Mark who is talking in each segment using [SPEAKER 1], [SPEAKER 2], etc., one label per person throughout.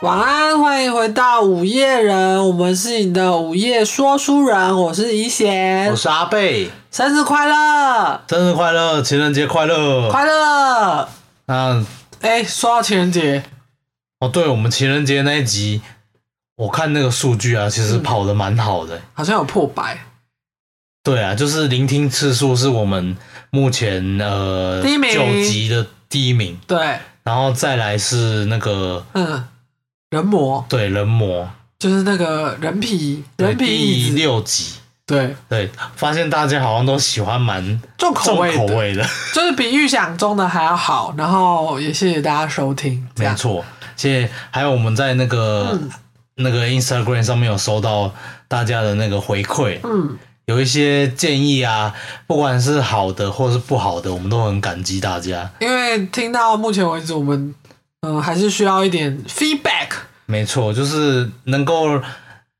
[SPEAKER 1] 晚安，欢迎回到午夜人，我们是你的午夜说书人，我是怡贤
[SPEAKER 2] 我，是阿贝，
[SPEAKER 1] 生日快乐，
[SPEAKER 2] 哎生日快乐，情人节快乐。
[SPEAKER 1] 快乐！
[SPEAKER 2] 那
[SPEAKER 1] 哎，说到情人节，
[SPEAKER 2] 哦，对我们情人节那一集，我看那个数据啊，其实跑的蛮好的。
[SPEAKER 1] 好像有破百，
[SPEAKER 2] 对啊，就是聆听次数是我们目前呃
[SPEAKER 1] 第一名
[SPEAKER 2] 九集的第一名，
[SPEAKER 1] 对，
[SPEAKER 2] 然后再来是那个
[SPEAKER 1] 嗯，人模
[SPEAKER 2] 对人魔，
[SPEAKER 1] 就是那个人皮
[SPEAKER 2] 对
[SPEAKER 1] 人皮椅
[SPEAKER 2] 第
[SPEAKER 1] 子，
[SPEAKER 2] 六集。
[SPEAKER 1] 对，
[SPEAKER 2] 对，发现大家好像都喜欢蛮
[SPEAKER 1] 重口
[SPEAKER 2] 重
[SPEAKER 1] 味
[SPEAKER 2] 口
[SPEAKER 1] 的，
[SPEAKER 2] 味的，
[SPEAKER 1] 就是比预想中的还要好。然后也谢谢大家收听，这
[SPEAKER 2] 没
[SPEAKER 1] 样
[SPEAKER 2] 错。且还有我们在那个、
[SPEAKER 1] 嗯
[SPEAKER 2] 那个 Instagram 上面有收到大家的那个回馈，
[SPEAKER 1] 嗯，
[SPEAKER 2] 有一些建议啊，不管是好的或是不好的，我们都很感激大家。
[SPEAKER 1] 因为听到目前为止，我们嗯还是需要一点 feedback，
[SPEAKER 2] 没错，就是能够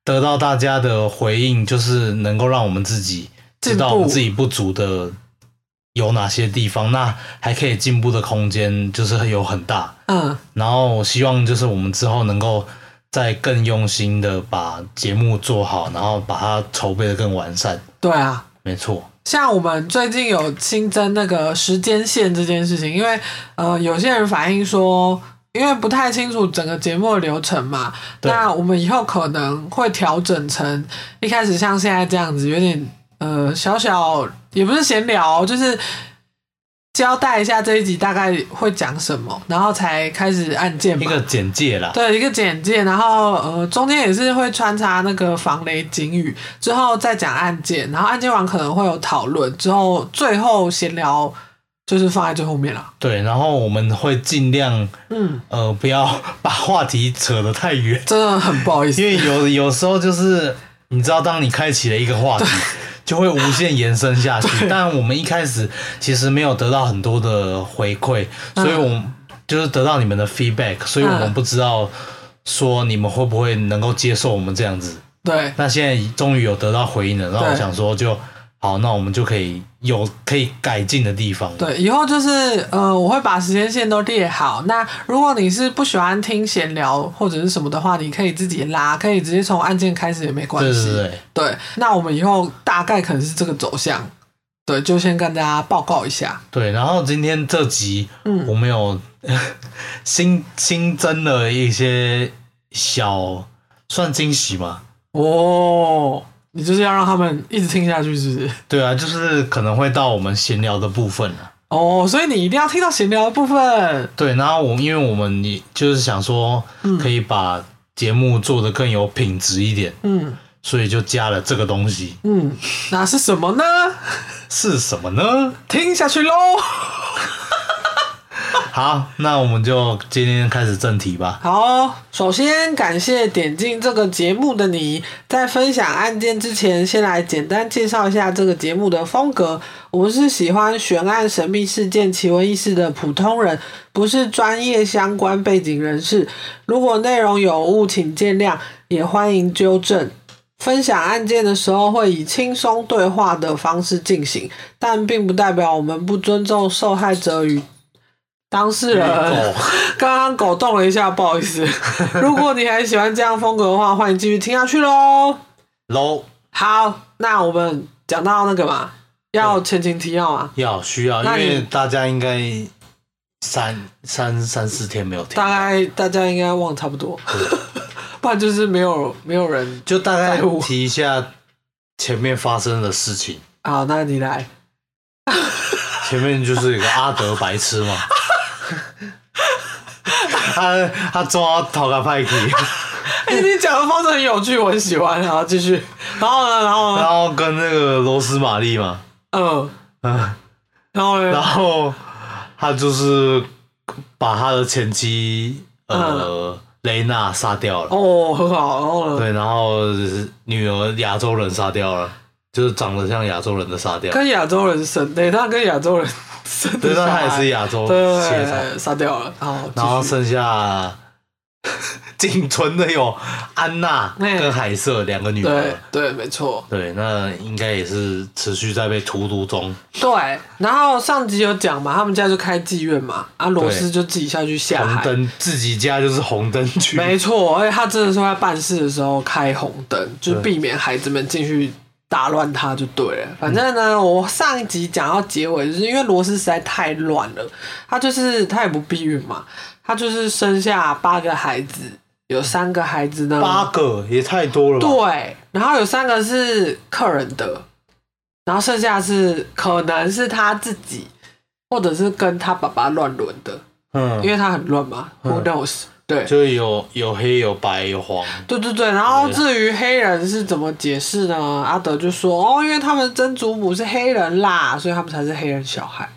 [SPEAKER 2] 得到大家的回应，就是能够让我们自己知
[SPEAKER 1] 进
[SPEAKER 2] 道
[SPEAKER 1] 步
[SPEAKER 2] 我们自己不足的有哪些地方，那还可以进步的空间就是有很大。
[SPEAKER 1] 嗯，
[SPEAKER 2] 然后我希望就是我们之后能够再更用心的把节目做好，然后把它筹备的更完善。
[SPEAKER 1] 对啊，
[SPEAKER 2] 没错，
[SPEAKER 1] 像我们最近有新增那个时间线这件事情，因为呃，有些人反映说，因为不太清楚整个节目的流程嘛，
[SPEAKER 2] 对
[SPEAKER 1] 那我们以后可能会调整成一开始像现在这样子，有点呃小小也不是闲聊，就是交代一下这一集大概会讲什么，然后才开始按键
[SPEAKER 2] 一
[SPEAKER 1] 嘛。
[SPEAKER 2] 个简介啦，
[SPEAKER 1] 对，一个简介，然后呃，中间也是会穿插那个防雷警语，之后再讲案件，然后案件完可能会有讨论，之后最后闲聊就是放在最后面了。
[SPEAKER 2] 对，然后我们会尽量
[SPEAKER 1] 嗯，
[SPEAKER 2] 呃不要把话题扯得太远，
[SPEAKER 1] 真的很不好意思
[SPEAKER 2] 因，为有有时候就是你知道，当你开启了一个话题。 就会无限延伸下去，但我们一开始其实没有得到很多的回馈，所以我们就是得到你们的 feedback，所以我
[SPEAKER 1] 嗯
[SPEAKER 2] 们不知道说你们会不会能够接受我们这样子。
[SPEAKER 1] 对
[SPEAKER 2] 那现在终于有得到回应了，那我
[SPEAKER 1] 对
[SPEAKER 2] 想说就好，那我们就可以有可以改进的地方。
[SPEAKER 1] 对，以后就是呃，我会把时间线都列好。那如果你是不喜欢听闲聊或者是什么的话，你可以自己拉，可以直接从案件开始也没关
[SPEAKER 2] 对
[SPEAKER 1] 系。
[SPEAKER 2] 对对，
[SPEAKER 1] 对，那我们以后大概可能是这个走向。对，就先跟大家报告一下。
[SPEAKER 2] 对。然后今天这集，
[SPEAKER 1] 嗯
[SPEAKER 2] 我们有 新新增了一些小算惊喜嘛？
[SPEAKER 1] 哦，你就是要让他们一直听下去，是不是？
[SPEAKER 2] 对啊，就是可能会到我们闲聊的部分了。
[SPEAKER 1] 哦，所以你一定要听到闲聊的部分。
[SPEAKER 2] 对，然后我因为我们也就是想说，可以把节目做得更有品质一点，
[SPEAKER 1] 嗯
[SPEAKER 2] 所以就加了这个东西，
[SPEAKER 1] 嗯，那是什么呢？
[SPEAKER 2] 是什么呢？
[SPEAKER 1] 听下去喽。
[SPEAKER 2] 好，那我们就今天开始正题吧。
[SPEAKER 1] 好哦，首先感谢点进这个节目的你。在分享案件之前，先来简单介绍一下这个节目的风格。我们是喜欢悬案、神秘事件、奇闻异事的普通人，不是专业相关背景人士。如果内容有误，请见谅，也欢迎纠正。分享案件的时候会以轻松对话的方式进行，但并不代表我们不尊重受害者与当事人。
[SPEAKER 2] 狗，
[SPEAKER 1] 刚刚狗动了一下，不好意 思。如果你还喜欢这样风格的话，欢迎继续听下去喽。
[SPEAKER 2] 喽，
[SPEAKER 1] 好，那我们讲到那个嘛，要前情提要嘛，
[SPEAKER 2] 要需要，因
[SPEAKER 1] 那你
[SPEAKER 2] 为大家应该三三三四天没有听
[SPEAKER 1] 大，概大家应该忘得差不多，
[SPEAKER 2] 嗯
[SPEAKER 1] 不然就是没有没有人
[SPEAKER 2] 就大概
[SPEAKER 1] 在乎
[SPEAKER 2] 提一下前面发生的事情。
[SPEAKER 1] 啊。那你来，
[SPEAKER 2] 前面就是有个阿德白痴 嘛，他他抓头发派去，
[SPEAKER 1] 哎、你讲的方式很有趣，我很喜欢。好，继续。然后呢，然后
[SPEAKER 2] 然
[SPEAKER 1] 呢，
[SPEAKER 2] 后跟那个罗斯玛 丽嘛，
[SPEAKER 1] 嗯，
[SPEAKER 2] 嗯，
[SPEAKER 1] 然后
[SPEAKER 2] 然
[SPEAKER 1] 呢，
[SPEAKER 2] 后他就是把他的前妻
[SPEAKER 1] 嗯
[SPEAKER 2] 呃雷娜杀掉了。
[SPEAKER 1] 哦，很好。然后呢，
[SPEAKER 2] 对，然后女儿亚洲人杀掉了，就是长得像亚洲人的杀掉。
[SPEAKER 1] 跟亚洲人生，对，他跟亚洲人生的
[SPEAKER 2] 对，
[SPEAKER 1] 小
[SPEAKER 2] 但
[SPEAKER 1] 孩，
[SPEAKER 2] 他也是亚洲
[SPEAKER 1] 对
[SPEAKER 2] 血统，
[SPEAKER 1] 杀掉了。好，继续
[SPEAKER 2] 然后剩下仅存的有安娜跟海瑟两个女
[SPEAKER 1] 哎对
[SPEAKER 2] 儿。
[SPEAKER 1] 对，没错，
[SPEAKER 2] 对，那应该也是持续在被荼毒中。
[SPEAKER 1] 对。然后上集有讲嘛，他们家就开妓院嘛，啊，罗斯就自己下去下
[SPEAKER 2] 红
[SPEAKER 1] 海。
[SPEAKER 2] 灯，自己家就是红灯区。
[SPEAKER 1] 没错，而且他真的是会在办事的时候开红灯，就是避免孩子们进去打乱他就对了。反正呢，我上一集讲到结尾，就是因为罗斯实在太乱了，他就是他也不避孕嘛，他就是生下八个孩子，有三个孩子呢，
[SPEAKER 2] 八个也太多了吧？
[SPEAKER 1] 对，然后有三个是客人的，然后剩下是可能是他自己，或者是跟他爸爸乱伦的，因
[SPEAKER 2] 嗯，
[SPEAKER 1] 为他很乱嘛、w h o
[SPEAKER 2] 嗯
[SPEAKER 1] knows？对，
[SPEAKER 2] 就有有黑有白有黄。
[SPEAKER 1] 对对对。然后
[SPEAKER 2] 对
[SPEAKER 1] 至于黑人是怎么解释呢？阿德就说：“哦，因为他们曾祖母是黑人啦，所以他们才是黑人小孩。”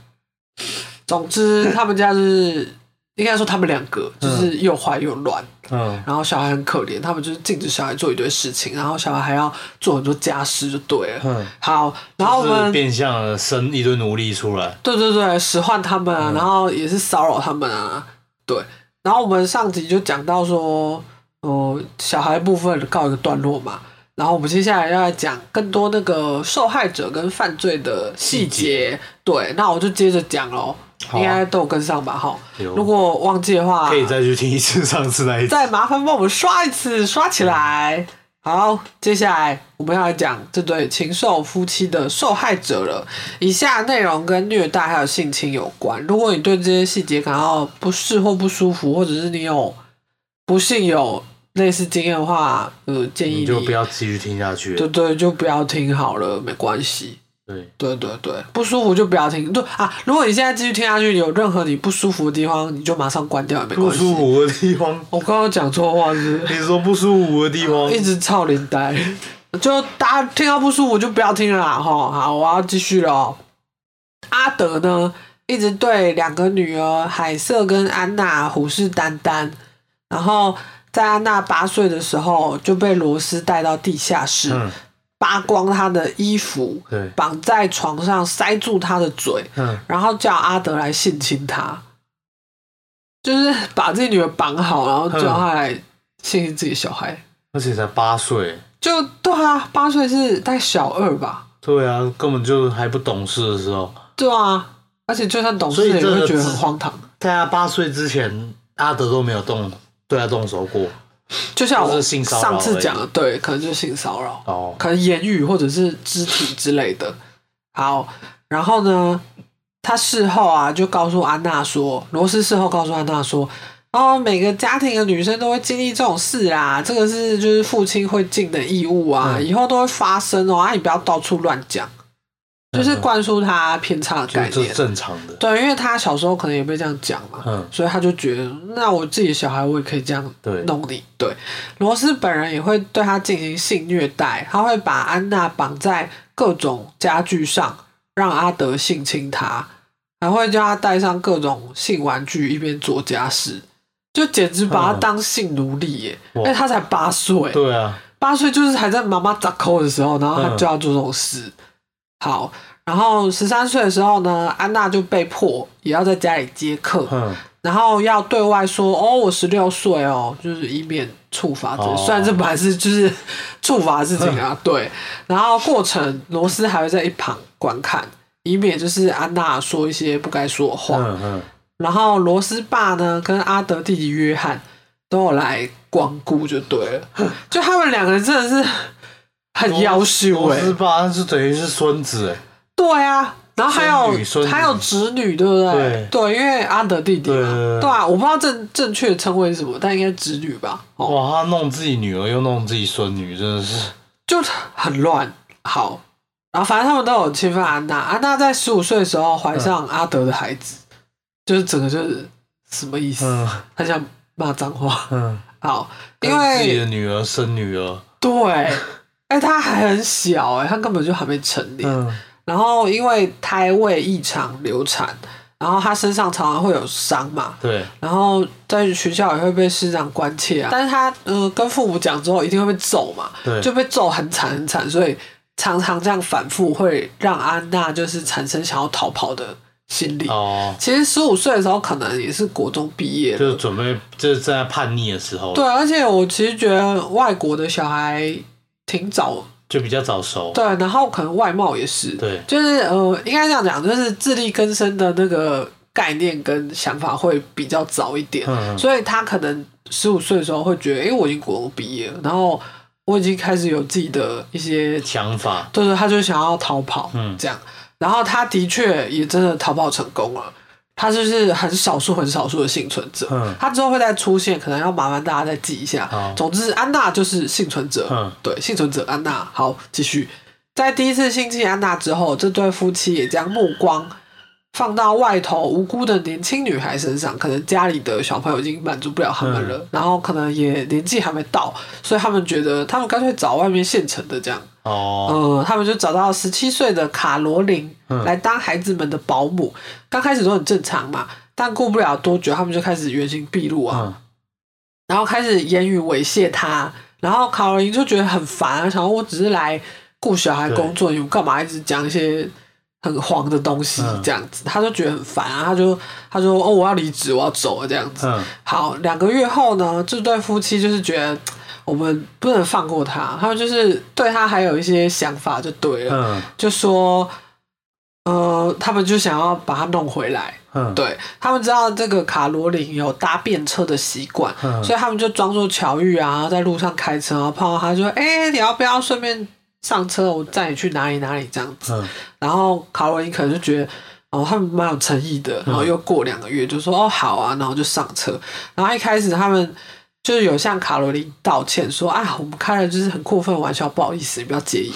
[SPEAKER 1] 总之，他们家就是应该说他们两个就是又坏又乱。
[SPEAKER 2] 嗯，
[SPEAKER 1] 然后小孩很可怜，他们就是禁止小孩做一堆事情，然后小孩还要做很多家事，就对了。
[SPEAKER 2] 嗯
[SPEAKER 1] 好，然后我
[SPEAKER 2] 就是
[SPEAKER 1] 们
[SPEAKER 2] 变相地生一堆奴隶出来。
[SPEAKER 1] 对对对，使唤他们啊，然后也是骚扰他们啊，对。然后我们上集就讲到说，哦、小孩部分告一个段落嘛，然后我们接下来要来讲更多那个受害者跟犯罪的细
[SPEAKER 2] 细
[SPEAKER 1] 节。对，那我就接着讲喽，
[SPEAKER 2] 好啊
[SPEAKER 1] 应该都有跟上吧哈。
[SPEAKER 2] 有
[SPEAKER 1] 如果忘记的话，
[SPEAKER 2] 可以再去听一次上次那一集。
[SPEAKER 1] 再麻烦帮我们刷一次，刷起来。好，接下来我们要来讲这对禽兽夫妻的受害者了。以下内容跟虐待还有性侵有关。如果你对这些细节感到不适或不舒服，或者是你有不幸有类似经验的话，呃，建议
[SPEAKER 2] 你就不要继续听下去了。
[SPEAKER 1] 对对，就不要听好了，没关系。
[SPEAKER 2] 对，
[SPEAKER 1] 对对对，不舒服就不要听。对啊，如果你现在继续听下去，有任何你不舒服的地方，你就马上关掉，也没
[SPEAKER 2] 不
[SPEAKER 1] 关系。
[SPEAKER 2] 舒服的地方，
[SPEAKER 1] 我刚刚讲错话是不是
[SPEAKER 2] 你说不舒服的地方，
[SPEAKER 1] 一直操领带，就大家听到不舒服就不要听了啦吼。好，我要继续了哦。阿德呢，一直对两个女儿海瑟跟安娜虎视眈眈，然后在安娜八岁的时候就被罗斯带到地下室，
[SPEAKER 2] 嗯
[SPEAKER 1] 扒光她的衣服
[SPEAKER 2] 对，
[SPEAKER 1] 绑在床上塞住她的嘴，
[SPEAKER 2] 嗯，
[SPEAKER 1] 然后叫阿德来性侵她，就是把自己女儿绑好，然后叫她来性侵自己小孩。
[SPEAKER 2] 而且才八岁，
[SPEAKER 1] 就对啊，八岁是在小二吧？
[SPEAKER 2] 对啊，根本就还不懂事的时候，
[SPEAKER 1] 对啊，而且就算懂事
[SPEAKER 2] 所以
[SPEAKER 1] 也
[SPEAKER 2] 这
[SPEAKER 1] 会
[SPEAKER 2] 个
[SPEAKER 1] 觉得
[SPEAKER 2] 只
[SPEAKER 1] 很荒唐。
[SPEAKER 2] 在他八岁之前，阿德都没有动对他动手过。
[SPEAKER 1] 就像
[SPEAKER 2] 就
[SPEAKER 1] 我
[SPEAKER 2] 是性骚扰
[SPEAKER 1] 上次
[SPEAKER 2] 而已
[SPEAKER 1] 讲的，对，可能就是性骚扰，
[SPEAKER 2] 哦，
[SPEAKER 1] 可能言语或者是肢体之类的。好，然后呢，他事后啊就告诉安娜说，罗斯事后告诉安娜说，哦，每个家庭的女生都会经历这种事啊，这个是就是父亲会尽的义务啊，
[SPEAKER 2] 嗯
[SPEAKER 1] 以后都会发生哦，啊，你不要到处乱讲，就是
[SPEAKER 2] 嗯嗯
[SPEAKER 1] 灌输他偏差的
[SPEAKER 2] 就
[SPEAKER 1] 概
[SPEAKER 2] 这
[SPEAKER 1] 念
[SPEAKER 2] 是。正常的。
[SPEAKER 1] 对，因为他小时候可能也被这样讲嘛，
[SPEAKER 2] 嗯
[SPEAKER 1] 所以他就觉得，那我自己的小孩我也可以这样
[SPEAKER 2] 对
[SPEAKER 1] 弄你。对，罗斯本人也会对他进行性虐待，他会把安娜绑在各种家具上，让阿德性侵她，还会叫他带上各种性玩具，一边做家事，就简直把他
[SPEAKER 2] 嗯
[SPEAKER 1] 当性奴隶耶！因
[SPEAKER 2] 哇
[SPEAKER 1] 为他才八岁，
[SPEAKER 2] 对啊，
[SPEAKER 1] 八岁就是还在妈妈扎扣的时候，然后
[SPEAKER 2] 嗯
[SPEAKER 1] 他就要做这种事。好，然后十三岁的时候呢，安娜就被迫也要在家里接客，
[SPEAKER 2] 嗯，
[SPEAKER 1] 然后要对外说：“哦，我十六岁哦，就是以免处罚这。
[SPEAKER 2] 哦
[SPEAKER 1] 虽然这本来是就是处罚的事情 啊，对。然后过程罗斯还会在一旁观看，以免就是安娜说一些不该说的话。
[SPEAKER 2] 嗯嗯，
[SPEAKER 1] 然后罗斯爸呢跟阿德弟弟约翰都有来光顾就对 了，就他们两个人真的是很妖秀
[SPEAKER 2] 我
[SPEAKER 1] 哎、
[SPEAKER 2] 是爸，那是等于是孙子哎。
[SPEAKER 1] 对啊。然后还
[SPEAKER 2] 孙女孙
[SPEAKER 1] 有
[SPEAKER 2] 女
[SPEAKER 1] 还有侄女，对不对
[SPEAKER 2] 对？
[SPEAKER 1] 对，因为阿德弟弟
[SPEAKER 2] 对对
[SPEAKER 1] 嘛，
[SPEAKER 2] 对
[SPEAKER 1] 对啊，我不知道正正确的称谓是什么，但应该侄女吧。哦，
[SPEAKER 2] 哇，他弄自己女儿又弄自己孙女，真的是
[SPEAKER 1] 就很乱。好，然后反正他们都有侵犯安娜。安娜在十五岁的时候怀上阿德的孩子，就是整个就是什么意思？
[SPEAKER 2] 嗯
[SPEAKER 1] 他想骂脏话。
[SPEAKER 2] 嗯，
[SPEAKER 1] 好，因
[SPEAKER 2] 跟自己
[SPEAKER 1] 为
[SPEAKER 2] 的女儿生女儿，
[SPEAKER 1] 对，哎、他还很小哎、他根本就还没成年。
[SPEAKER 2] 嗯
[SPEAKER 1] 然后因为胎位异常流产，然后他身上常常会有伤嘛，
[SPEAKER 2] 对，
[SPEAKER 1] 然后在学校也会被师长关切啊。但是他嗯、呃跟父母讲之后，一定会被揍嘛，
[SPEAKER 2] 对
[SPEAKER 1] 就被揍很惨很惨，所以常常这样反复，会让安娜就是产生想要逃跑的心理。
[SPEAKER 2] 哦，
[SPEAKER 1] 其实十五岁的时候，可能也是国中毕业了。
[SPEAKER 2] 就是准备就是正在叛逆的时候，
[SPEAKER 1] 对，而且我其实觉得外国的小孩挺早，
[SPEAKER 2] 就比较早熟。
[SPEAKER 1] 对，然后可能外貌也是，
[SPEAKER 2] 对
[SPEAKER 1] 就是呃，应该这样讲，就是自力更生的那个概念跟想法会比较早一点，
[SPEAKER 2] 嗯，
[SPEAKER 1] 所以他可能十五岁的时候会觉得，哎、我已经国中毕业了，然后我已经开始有自己的一些
[SPEAKER 2] 想法，
[SPEAKER 1] 对对，他就想要逃跑，
[SPEAKER 2] 嗯
[SPEAKER 1] 这样。然后他的确也真的逃跑成功了，他就是很少数很少数的幸存者。
[SPEAKER 2] 嗯
[SPEAKER 1] 他之后会再出现，可能要麻烦大家再记一下。
[SPEAKER 2] 好
[SPEAKER 1] 总之，安娜就是幸存者，
[SPEAKER 2] 嗯
[SPEAKER 1] 对，幸存者安娜。好，继续。在第一次性侵安娜之后，这对夫妻也将目光放到外头无辜的年轻女孩身上，可能家里的小朋友已经满足不了他们
[SPEAKER 2] 嗯
[SPEAKER 1] 了，然后可能也年纪还没到，所以他们觉得他们干脆找外面现成的这样。
[SPEAKER 2] 哦，
[SPEAKER 1] 呃，他们就找到十七岁的卡罗琳
[SPEAKER 2] 嗯
[SPEAKER 1] 来当孩子们的保姆。刚开始都很正常嘛，但过不了多久，他们就开始原形毕露啊，
[SPEAKER 2] 嗯
[SPEAKER 1] 然后开始言语猥亵他。然后卡罗琳就觉得很烦啊，想说我只是来顾小孩
[SPEAKER 2] 对
[SPEAKER 1] 工作，你们干嘛一直讲一些很黄的东西
[SPEAKER 2] 嗯
[SPEAKER 1] 这样子？他就觉得很烦啊，他就他说哦，我要离职，我要走了这样子。
[SPEAKER 2] 嗯，
[SPEAKER 1] 好，两个月后呢，这对夫妻就是觉得我们不能放过他，他们就是对他还有一些想法就对了，
[SPEAKER 2] 嗯
[SPEAKER 1] 就说，呃，他们就想要把他弄回来。
[SPEAKER 2] 嗯，
[SPEAKER 1] 对他们知道这个卡罗琳有搭便车的习惯，
[SPEAKER 2] 嗯
[SPEAKER 1] 所以他们就装作巧遇啊，然后在路上开车，然后碰到他就说：“哎、你要不要顺便上车？我载你去哪里哪里这样子。”
[SPEAKER 2] 嗯
[SPEAKER 1] 然后卡罗琳可能就觉得，哦，他们蛮有诚意的，然后又过两个月就说，哦，好啊，然后就上车。然后一开始他们就是有向卡罗琳道歉说，啊，我们开了就是很过分的玩笑，不好意思，你不要介意。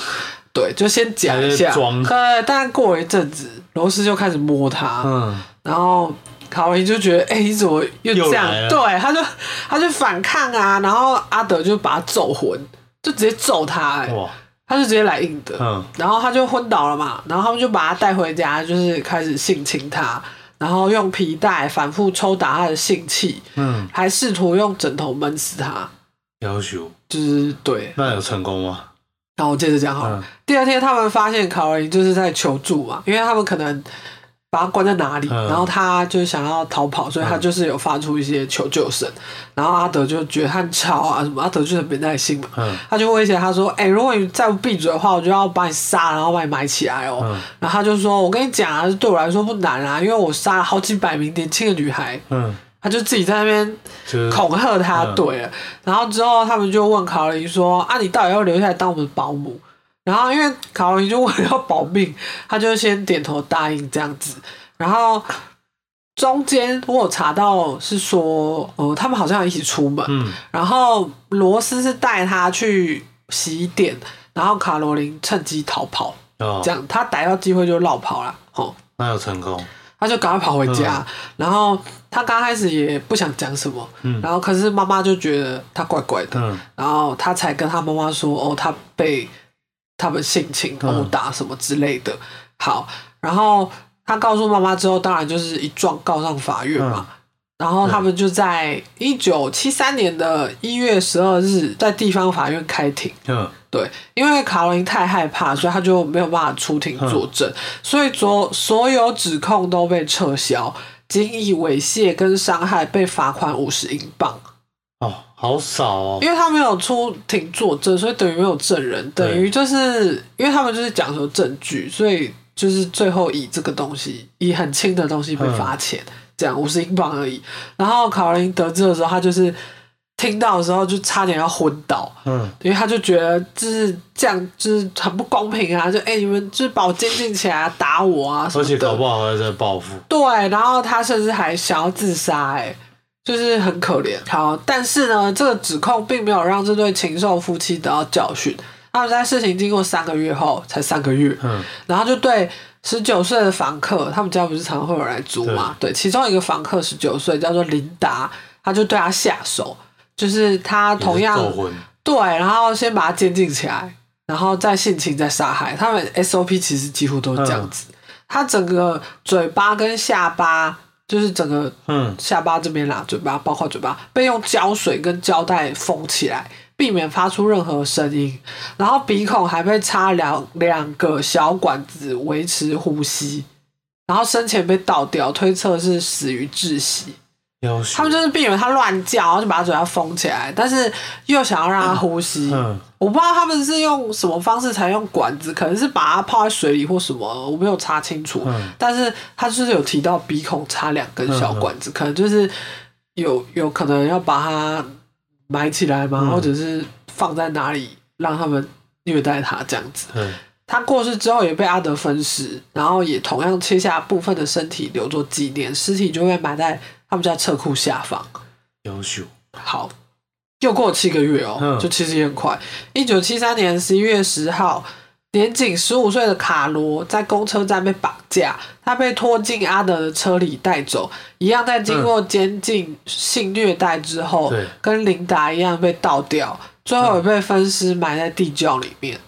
[SPEAKER 1] 对，就先讲一
[SPEAKER 2] 还
[SPEAKER 1] 下。
[SPEAKER 2] 是装
[SPEAKER 1] 对，但过了一阵子，罗斯就开始摸他，
[SPEAKER 2] 嗯，
[SPEAKER 1] 然后卡罗琳就觉得，哎、你怎么又
[SPEAKER 2] 又
[SPEAKER 1] 这样
[SPEAKER 2] 来？了
[SPEAKER 1] 对，他就他就反抗啊，然后阿德就把他揍昏，就直接揍他、哎
[SPEAKER 2] 哇，
[SPEAKER 1] 他就直接来硬的。
[SPEAKER 2] 嗯
[SPEAKER 1] 然后他就昏倒了嘛，然后他们就把他带回家，就是开始性侵他，然后用皮带反复抽打他的性器，
[SPEAKER 2] 嗯，
[SPEAKER 1] 还试图用枕头闷死他，
[SPEAKER 2] 要求
[SPEAKER 1] 就是对。
[SPEAKER 2] 那有成功吗？
[SPEAKER 1] 然后我接着哦讲好了。
[SPEAKER 2] 嗯
[SPEAKER 1] 第二天他们发现卡罗琳就是在求助嘛，因为他们可能把他关在哪里，
[SPEAKER 2] 嗯
[SPEAKER 1] 然后他就想要逃跑，所以他就是有发出一些求救声。然后阿德就觉得他很吵啊什么，阿德就很没耐心嘛，
[SPEAKER 2] 嗯
[SPEAKER 1] 他就威胁他说：“哎、如果你再不闭嘴的话，我就要把你杀，然后把你埋起来哦。
[SPEAKER 2] 嗯
[SPEAKER 1] 然后他就说：“我跟你讲啊，对我来说不难啊，因为我杀了好几百名年轻的女孩。”
[SPEAKER 2] 嗯，
[SPEAKER 1] 他就自己在那边
[SPEAKER 2] 就是
[SPEAKER 1] 恐吓他，
[SPEAKER 2] 嗯
[SPEAKER 1] 对了。然后之后他们就问卡罗琳说：“啊，你到底要留下来当我们的保姆？”然后因为卡罗琳就为了要保命，他就先点头答应这样子。然后中间我有查到是说，呃，他们好像一起出门，
[SPEAKER 2] 嗯
[SPEAKER 1] 然后罗斯是带他去洗衣店，然后卡罗琳趁机逃跑，
[SPEAKER 2] 哦
[SPEAKER 1] 这，样他逮到机会就绕跑了，哦，
[SPEAKER 2] 那有成功，
[SPEAKER 1] 他就赶快跑回家。然后他刚开始也不想讲什么，
[SPEAKER 2] 嗯
[SPEAKER 1] 然后可是妈妈就觉得他怪怪的，
[SPEAKER 2] 嗯
[SPEAKER 1] 然后他才跟他妈妈说，哦，他被他们性侵、
[SPEAKER 2] 嗯
[SPEAKER 1] 殴打什么之类的。好，然后他告诉妈妈之后，当然就是一状告上法院嘛。
[SPEAKER 2] 嗯
[SPEAKER 1] 然后他们就在一九七三年的一月十二日，在地方法院开庭。
[SPEAKER 2] 嗯
[SPEAKER 1] 对，因为卡罗琳太害怕，所以他就没有办法出庭作证，
[SPEAKER 2] 嗯
[SPEAKER 1] 所以所所有指控都被撤销，仅以猥亵跟伤害被罚款五十英镑。
[SPEAKER 2] 哦，好少哦，
[SPEAKER 1] 因为他没有出庭作证，所以等于没有证人，
[SPEAKER 2] 对
[SPEAKER 1] 等于就是因为他们就是讲求证据，所以就是最后以这个东西，以很轻的东西被罚钱，
[SPEAKER 2] 嗯
[SPEAKER 1] 这样五十英镑而已。然后卡罗琳得知的时候，他就是听到的时候就差点要昏倒，
[SPEAKER 2] 嗯
[SPEAKER 1] 因为他就觉得就是这样，就是很不公平啊！就哎、你们就是把我监禁起来啊、打我啊什
[SPEAKER 2] 而
[SPEAKER 1] 么
[SPEAKER 2] 且搞
[SPEAKER 1] 的。
[SPEAKER 2] 不好还在报复，
[SPEAKER 1] 对，然后他甚至还想要自杀、哎，就是很可怜。好，但是呢，这个指控并没有让这对禽兽夫妻得到教训。他们在事情经过三个月后，才三个月，
[SPEAKER 2] 嗯
[SPEAKER 1] 然后就对十九岁的房客，他们家不是常会有人来租嘛？对，其中一个房客十九岁，叫做琳达，他就对他下手，就是他同样
[SPEAKER 2] 也是咒婚，
[SPEAKER 1] 对，然后先把他监禁起来，然后再性侵，再杀害。他们 SOP 其实几乎都是这样子。他整个嘴巴跟下巴，就是整个
[SPEAKER 2] 嗯
[SPEAKER 1] 下巴这边啦，嘴巴包括嘴巴被用胶水跟胶带封起来，避免发出任何声音。然后鼻孔还被插两两个小管子维持呼吸。然后生前被倒掉，推测是死于窒息。
[SPEAKER 2] 要学
[SPEAKER 1] 他们就是避免他乱叫，然后就把他嘴巴封起来，但是又想要让他呼吸。
[SPEAKER 2] 嗯，
[SPEAKER 1] 我不知道他们是用什么方式才用管子，可能是把它泡在水里或什么，我没有查清楚。
[SPEAKER 2] 嗯
[SPEAKER 1] 但是他就是有提到鼻孔插两根小管
[SPEAKER 2] 嗯
[SPEAKER 1] 子，可能就是有有可能要把它埋起来嘛，
[SPEAKER 2] 嗯
[SPEAKER 1] 或者是放在哪里让他们虐待他这样子。
[SPEAKER 2] 嗯
[SPEAKER 1] 他过世之后也被阿德分尸，然后也同样切下部分的身体留作纪念，尸体就被埋在他们家车库下方。嗯
[SPEAKER 2] 要求，
[SPEAKER 1] 好，又过七个月哦，
[SPEAKER 2] 嗯
[SPEAKER 1] 就其实也很快。一九七三年十一月十号，年仅十五岁的卡罗在公车站被绑架，他被拖进阿德的车里带走，一样在经过监禁、性虐待之后
[SPEAKER 2] 嗯对，嗯
[SPEAKER 1] 跟琳达一样被倒掉，最后也被分尸埋在地窖里面。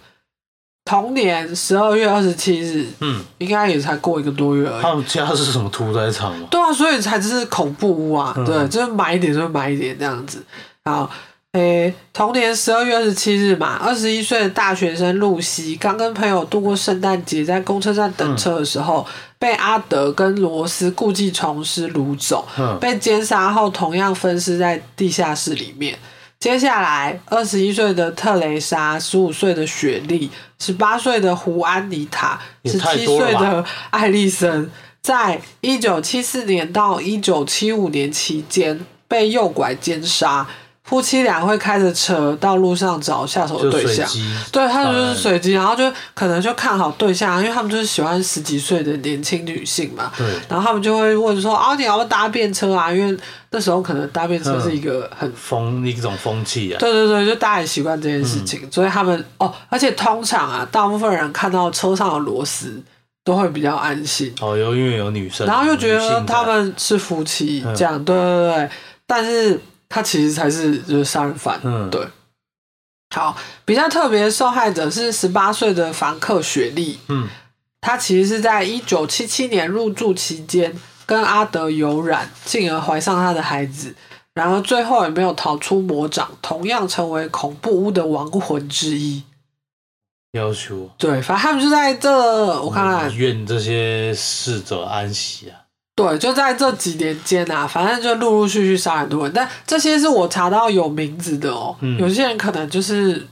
[SPEAKER 1] 同年十二月二十七日，
[SPEAKER 2] 嗯，
[SPEAKER 1] 应该也才过一个多月而已。
[SPEAKER 2] 他们家是什么屠宰场吗？
[SPEAKER 1] 对啊，所以才是恐怖屋啊，
[SPEAKER 2] 嗯
[SPEAKER 1] 对，就是买一点就买一点这样子。好，诶、同年十二月二十七日嘛，二十一岁的大学生露西刚跟朋友度过圣诞节，在公车站等车的时候，
[SPEAKER 2] 嗯
[SPEAKER 1] 被阿德跟罗斯故技重施掳走，
[SPEAKER 2] 嗯
[SPEAKER 1] 被奸杀后同样分尸在地下室里面。接下来，二十一岁的特蕾莎，十五岁的雪莉，十八岁的胡安妮塔，
[SPEAKER 2] 也
[SPEAKER 1] 十
[SPEAKER 2] 太
[SPEAKER 1] 七
[SPEAKER 2] 多了
[SPEAKER 1] 岁
[SPEAKER 2] 吧
[SPEAKER 1] 的 艾丽森，在一九七四年到一九七五年期间被诱拐奸杀，夫妻俩会开着车到路上找下手的
[SPEAKER 2] 就
[SPEAKER 1] 对
[SPEAKER 2] 随
[SPEAKER 1] 象。
[SPEAKER 2] 机，
[SPEAKER 1] 对他们就是随机，然后就可能就看好对象，因为他们就是喜欢十几岁的年轻女性嘛。
[SPEAKER 2] 对，
[SPEAKER 1] 然后他们就会问说：“啊，你要不要搭便车啊？”因为那时候可能搭便车是一个很……
[SPEAKER 2] 风一种风气啊，
[SPEAKER 1] 对对对，就大家也习惯这件事
[SPEAKER 2] 嗯
[SPEAKER 1] 情，所以他们哦，而且通常啊，大部分人看到车上的螺丝都会比较安心，
[SPEAKER 2] 哦，有因为有女生，
[SPEAKER 1] 然后又觉
[SPEAKER 2] 女性
[SPEAKER 1] 得
[SPEAKER 2] 的
[SPEAKER 1] 他们是夫妻
[SPEAKER 2] 嗯
[SPEAKER 1] 这样，对对对，但是他其实才是就是杀人犯，
[SPEAKER 2] 嗯
[SPEAKER 1] 对。好，比较特别的受害者是十八岁的房客雪莉，
[SPEAKER 2] 嗯
[SPEAKER 1] 他其实是在一九七七年入住期间跟阿德有染，进而怀上他的孩子，然而最后也没有逃出魔掌，同样成为恐怖屋的亡魂之一。
[SPEAKER 2] 要求嗯
[SPEAKER 1] 对，反正他们就在这，我看看，
[SPEAKER 2] 愿这些逝者安息啊，
[SPEAKER 1] 对，就在这几年间啊，反正就陆陆续续杀很多人，但这些是我查到有名字的哦。
[SPEAKER 2] 嗯
[SPEAKER 1] 有些人可能就是，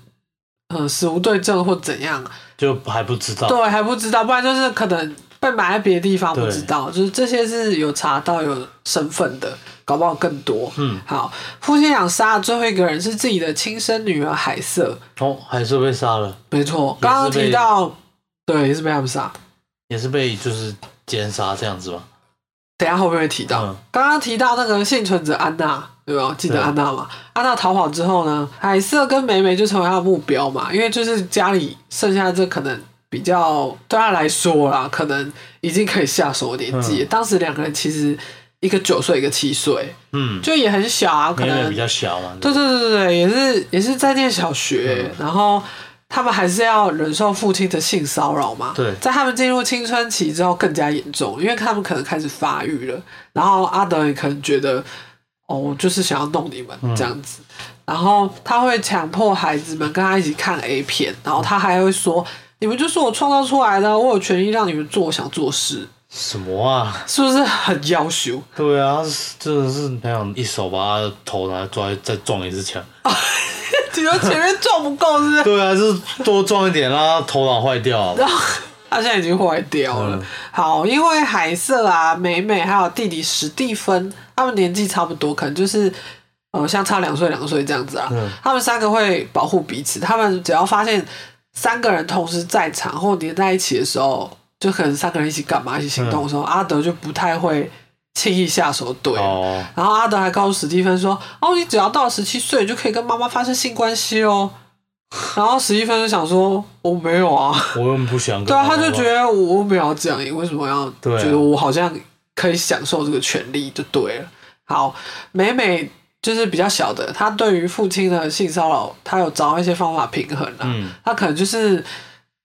[SPEAKER 1] 呃，死无对证或怎样，
[SPEAKER 2] 就还不知道，
[SPEAKER 1] 对，还不知道，不然就是可能被埋在别的地方不
[SPEAKER 2] 对
[SPEAKER 1] 知道，就是这些是有查到有身份的，搞不好更多。
[SPEAKER 2] 嗯，
[SPEAKER 1] 好，夫妻俩杀的最后一个人是自己的亲生女儿海瑟，
[SPEAKER 2] 哦，还是被杀了，
[SPEAKER 1] 没错，刚刚
[SPEAKER 2] 也是被
[SPEAKER 1] 提到，对，也是被他们杀。
[SPEAKER 2] 也是被就是奸杀这样子吧，
[SPEAKER 1] 等一下后面会提到
[SPEAKER 2] 嗯，
[SPEAKER 1] 刚刚、提到那个幸存者安娜，对吧？记得
[SPEAKER 2] 对
[SPEAKER 1] 安娜嘛？安娜逃跑之后呢，海瑟跟美美就成为她的目标嘛，因为就是家里剩下这可能比较对她来说啦，可能已经可以下手的年纪。当时两个人其实一个九岁，一个七岁，
[SPEAKER 2] 嗯，
[SPEAKER 1] 就也很小啊，可
[SPEAKER 2] 妹妹
[SPEAKER 1] 能
[SPEAKER 2] 比较小嘛，
[SPEAKER 1] 对对对对对，也是也是在念小学，然后他们还是要忍受父亲的性骚扰嘛。
[SPEAKER 2] 对
[SPEAKER 1] 在他们进入青春期之后更加严重，因为他们可能开始发育了，然后阿德也可能觉得，哦，我就是想要弄你们、这样子，然后他会强迫孩子们跟他一起看 A 片，然后他还会说。你们就是我创造出来的，我有权利让你们做我想做的事，
[SPEAKER 2] 什么啊？
[SPEAKER 1] 是不是很要 求？
[SPEAKER 2] 对啊，真的是很想一手把他的头拿抓，再撞一次墙。
[SPEAKER 1] 你说前面撞不够，是不是？
[SPEAKER 2] 对啊，就是多撞一点，让他头脑坏掉啊。
[SPEAKER 1] 然后 他现在已经坏掉了。
[SPEAKER 2] 嗯
[SPEAKER 1] 好，因为海瑟啊、美美还有弟弟史蒂芬，他们年纪差不多，可能就是呃，相差两岁两岁这样子啊。
[SPEAKER 2] 嗯
[SPEAKER 1] 他们三个会保护彼此，他们只要发现三个人同时在场或黏在一起的时候，就可能三个人一起干嘛、一起行动的时候，阿德就不太会轻易下手对了。
[SPEAKER 2] 嗯哦，
[SPEAKER 1] 然后阿德还告诉史蒂芬说：“哦，你只要到十七岁就可以跟妈妈发生性关系哦。”然后史蒂芬就想说：“我没有啊。”
[SPEAKER 2] 我又不想跟
[SPEAKER 1] 对啊，他
[SPEAKER 2] 妈妈
[SPEAKER 1] 就觉得我我没有要这样，你为什么要
[SPEAKER 2] 嗯对啊
[SPEAKER 1] 觉得我好像可以享受这个权利就对了。好，美美就是比较小的，她对于父亲的性骚扰，她有找到一些方法平衡啊。
[SPEAKER 2] 嗯，
[SPEAKER 1] 她可能就是，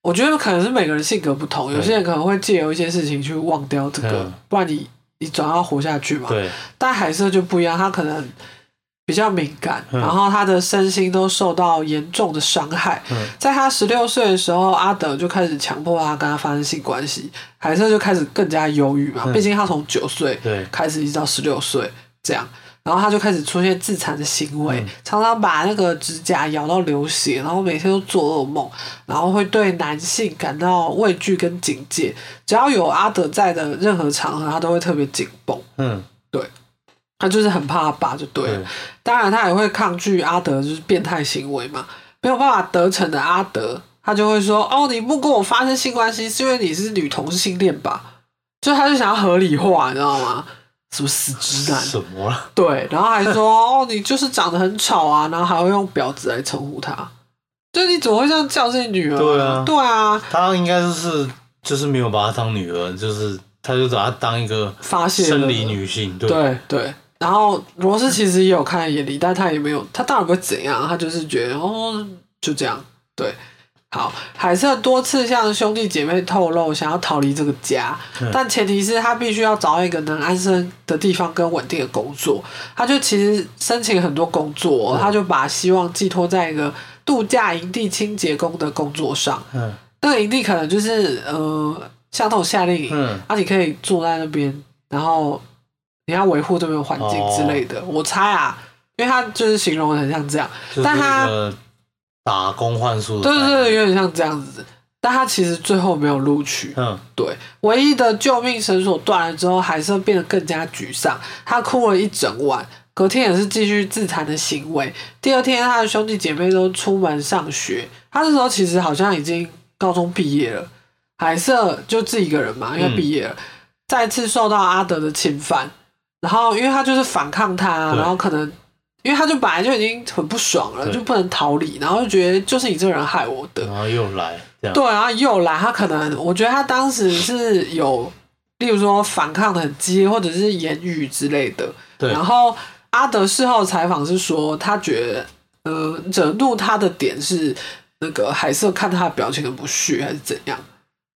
[SPEAKER 1] 我觉得可能是每个人性格不同，
[SPEAKER 2] 对
[SPEAKER 1] 有些人可能会借由一些事情去忘掉这个
[SPEAKER 2] 嗯，
[SPEAKER 1] 不然你你总要活下去嘛。
[SPEAKER 2] 对，
[SPEAKER 1] 但海瑟就不一样，他可能比较敏感，然后他的身心都受到严重的伤害。在他十六岁的时候，阿德就开始强迫他跟他发生性关系，海瑟就开始更加忧郁嘛，毕竟他从九岁
[SPEAKER 2] 对
[SPEAKER 1] 开始一直到十六岁这样。然后他就开始出现自残的行为，常常把那个指甲咬到流血，然后每天都做噩梦，然后会对男性感到畏惧跟警戒。只要有阿德在的任何场合，他都会特别紧绷。
[SPEAKER 2] 嗯，
[SPEAKER 1] 他就是很怕他爸就对了。
[SPEAKER 2] 对
[SPEAKER 1] 当然，他也会抗拒阿德就是变态行为嘛，没有办法得逞的阿德，他就会说：“哦，你不跟我发生性关系，是因为你是女同性恋吧？”就他就想要合理化，你知道吗？什么死直男？
[SPEAKER 2] 什么了？
[SPEAKER 1] 对，然后还说：“ 哦，你就是长得很丑啊！”然后还会用婊子来称呼他。就你怎么会这样叫这女儿？
[SPEAKER 2] 对啊
[SPEAKER 1] 对啊，
[SPEAKER 2] 他应该就是就是没有把她当女儿，就是他就把她当一个
[SPEAKER 1] 发泄了
[SPEAKER 2] 生理女性，对
[SPEAKER 1] 对对。然后罗斯其实也有看在眼里，但他也没有，他当然不会怎样，他就是觉得哦，就这样。对，好，海瑟多次向兄弟姐妹透露想要逃离这个家，但前提是他必须要找到一个能安身的地方跟稳定的工作。他就其实申请很多工作，他就把希望寄托在一个度假营地清洁工的工作上。
[SPEAKER 2] 嗯
[SPEAKER 1] 那个营地可能就是呃，像那种夏令营，
[SPEAKER 2] 嗯
[SPEAKER 1] 啊，你可以住在那边，然后你要维护这边的环境
[SPEAKER 2] 哦
[SPEAKER 1] 之类的。我猜啊，因为他就是形容的很像这样，
[SPEAKER 2] 就是
[SPEAKER 1] 但他
[SPEAKER 2] 那个打工换宿的
[SPEAKER 1] 对
[SPEAKER 2] 概
[SPEAKER 1] 对
[SPEAKER 2] 念，
[SPEAKER 1] 对，有点像这样子。但他其实最后没有录取，
[SPEAKER 2] 嗯，
[SPEAKER 1] 对，唯一的救命绳索断了之后，海瑟变得更加沮丧，他哭了一整晚。隔天也是继续自残的行为。第二天，他的兄弟姐妹都出门上学，他那时候其实好像已经高中毕业了。海瑟就自己一个人
[SPEAKER 2] 嗯
[SPEAKER 1] 嘛，因为毕业了，再次受到阿德的侵犯。然后，因为他就是反抗他，
[SPEAKER 2] 对
[SPEAKER 1] 然后可能因为他就本来就已经很不爽了，
[SPEAKER 2] 对
[SPEAKER 1] 就不能逃离，然后就觉得就是你这个人害我的。
[SPEAKER 2] 然后又来这样，
[SPEAKER 1] 对，然后又来，他可能我觉得他当时是有，例如说反抗的很激烈，或者是言语之类的。
[SPEAKER 2] 对
[SPEAKER 1] 然后阿德事后采访是说，他觉得呃惹怒他的点是那个海瑟看他的表情很不屑，还是怎样？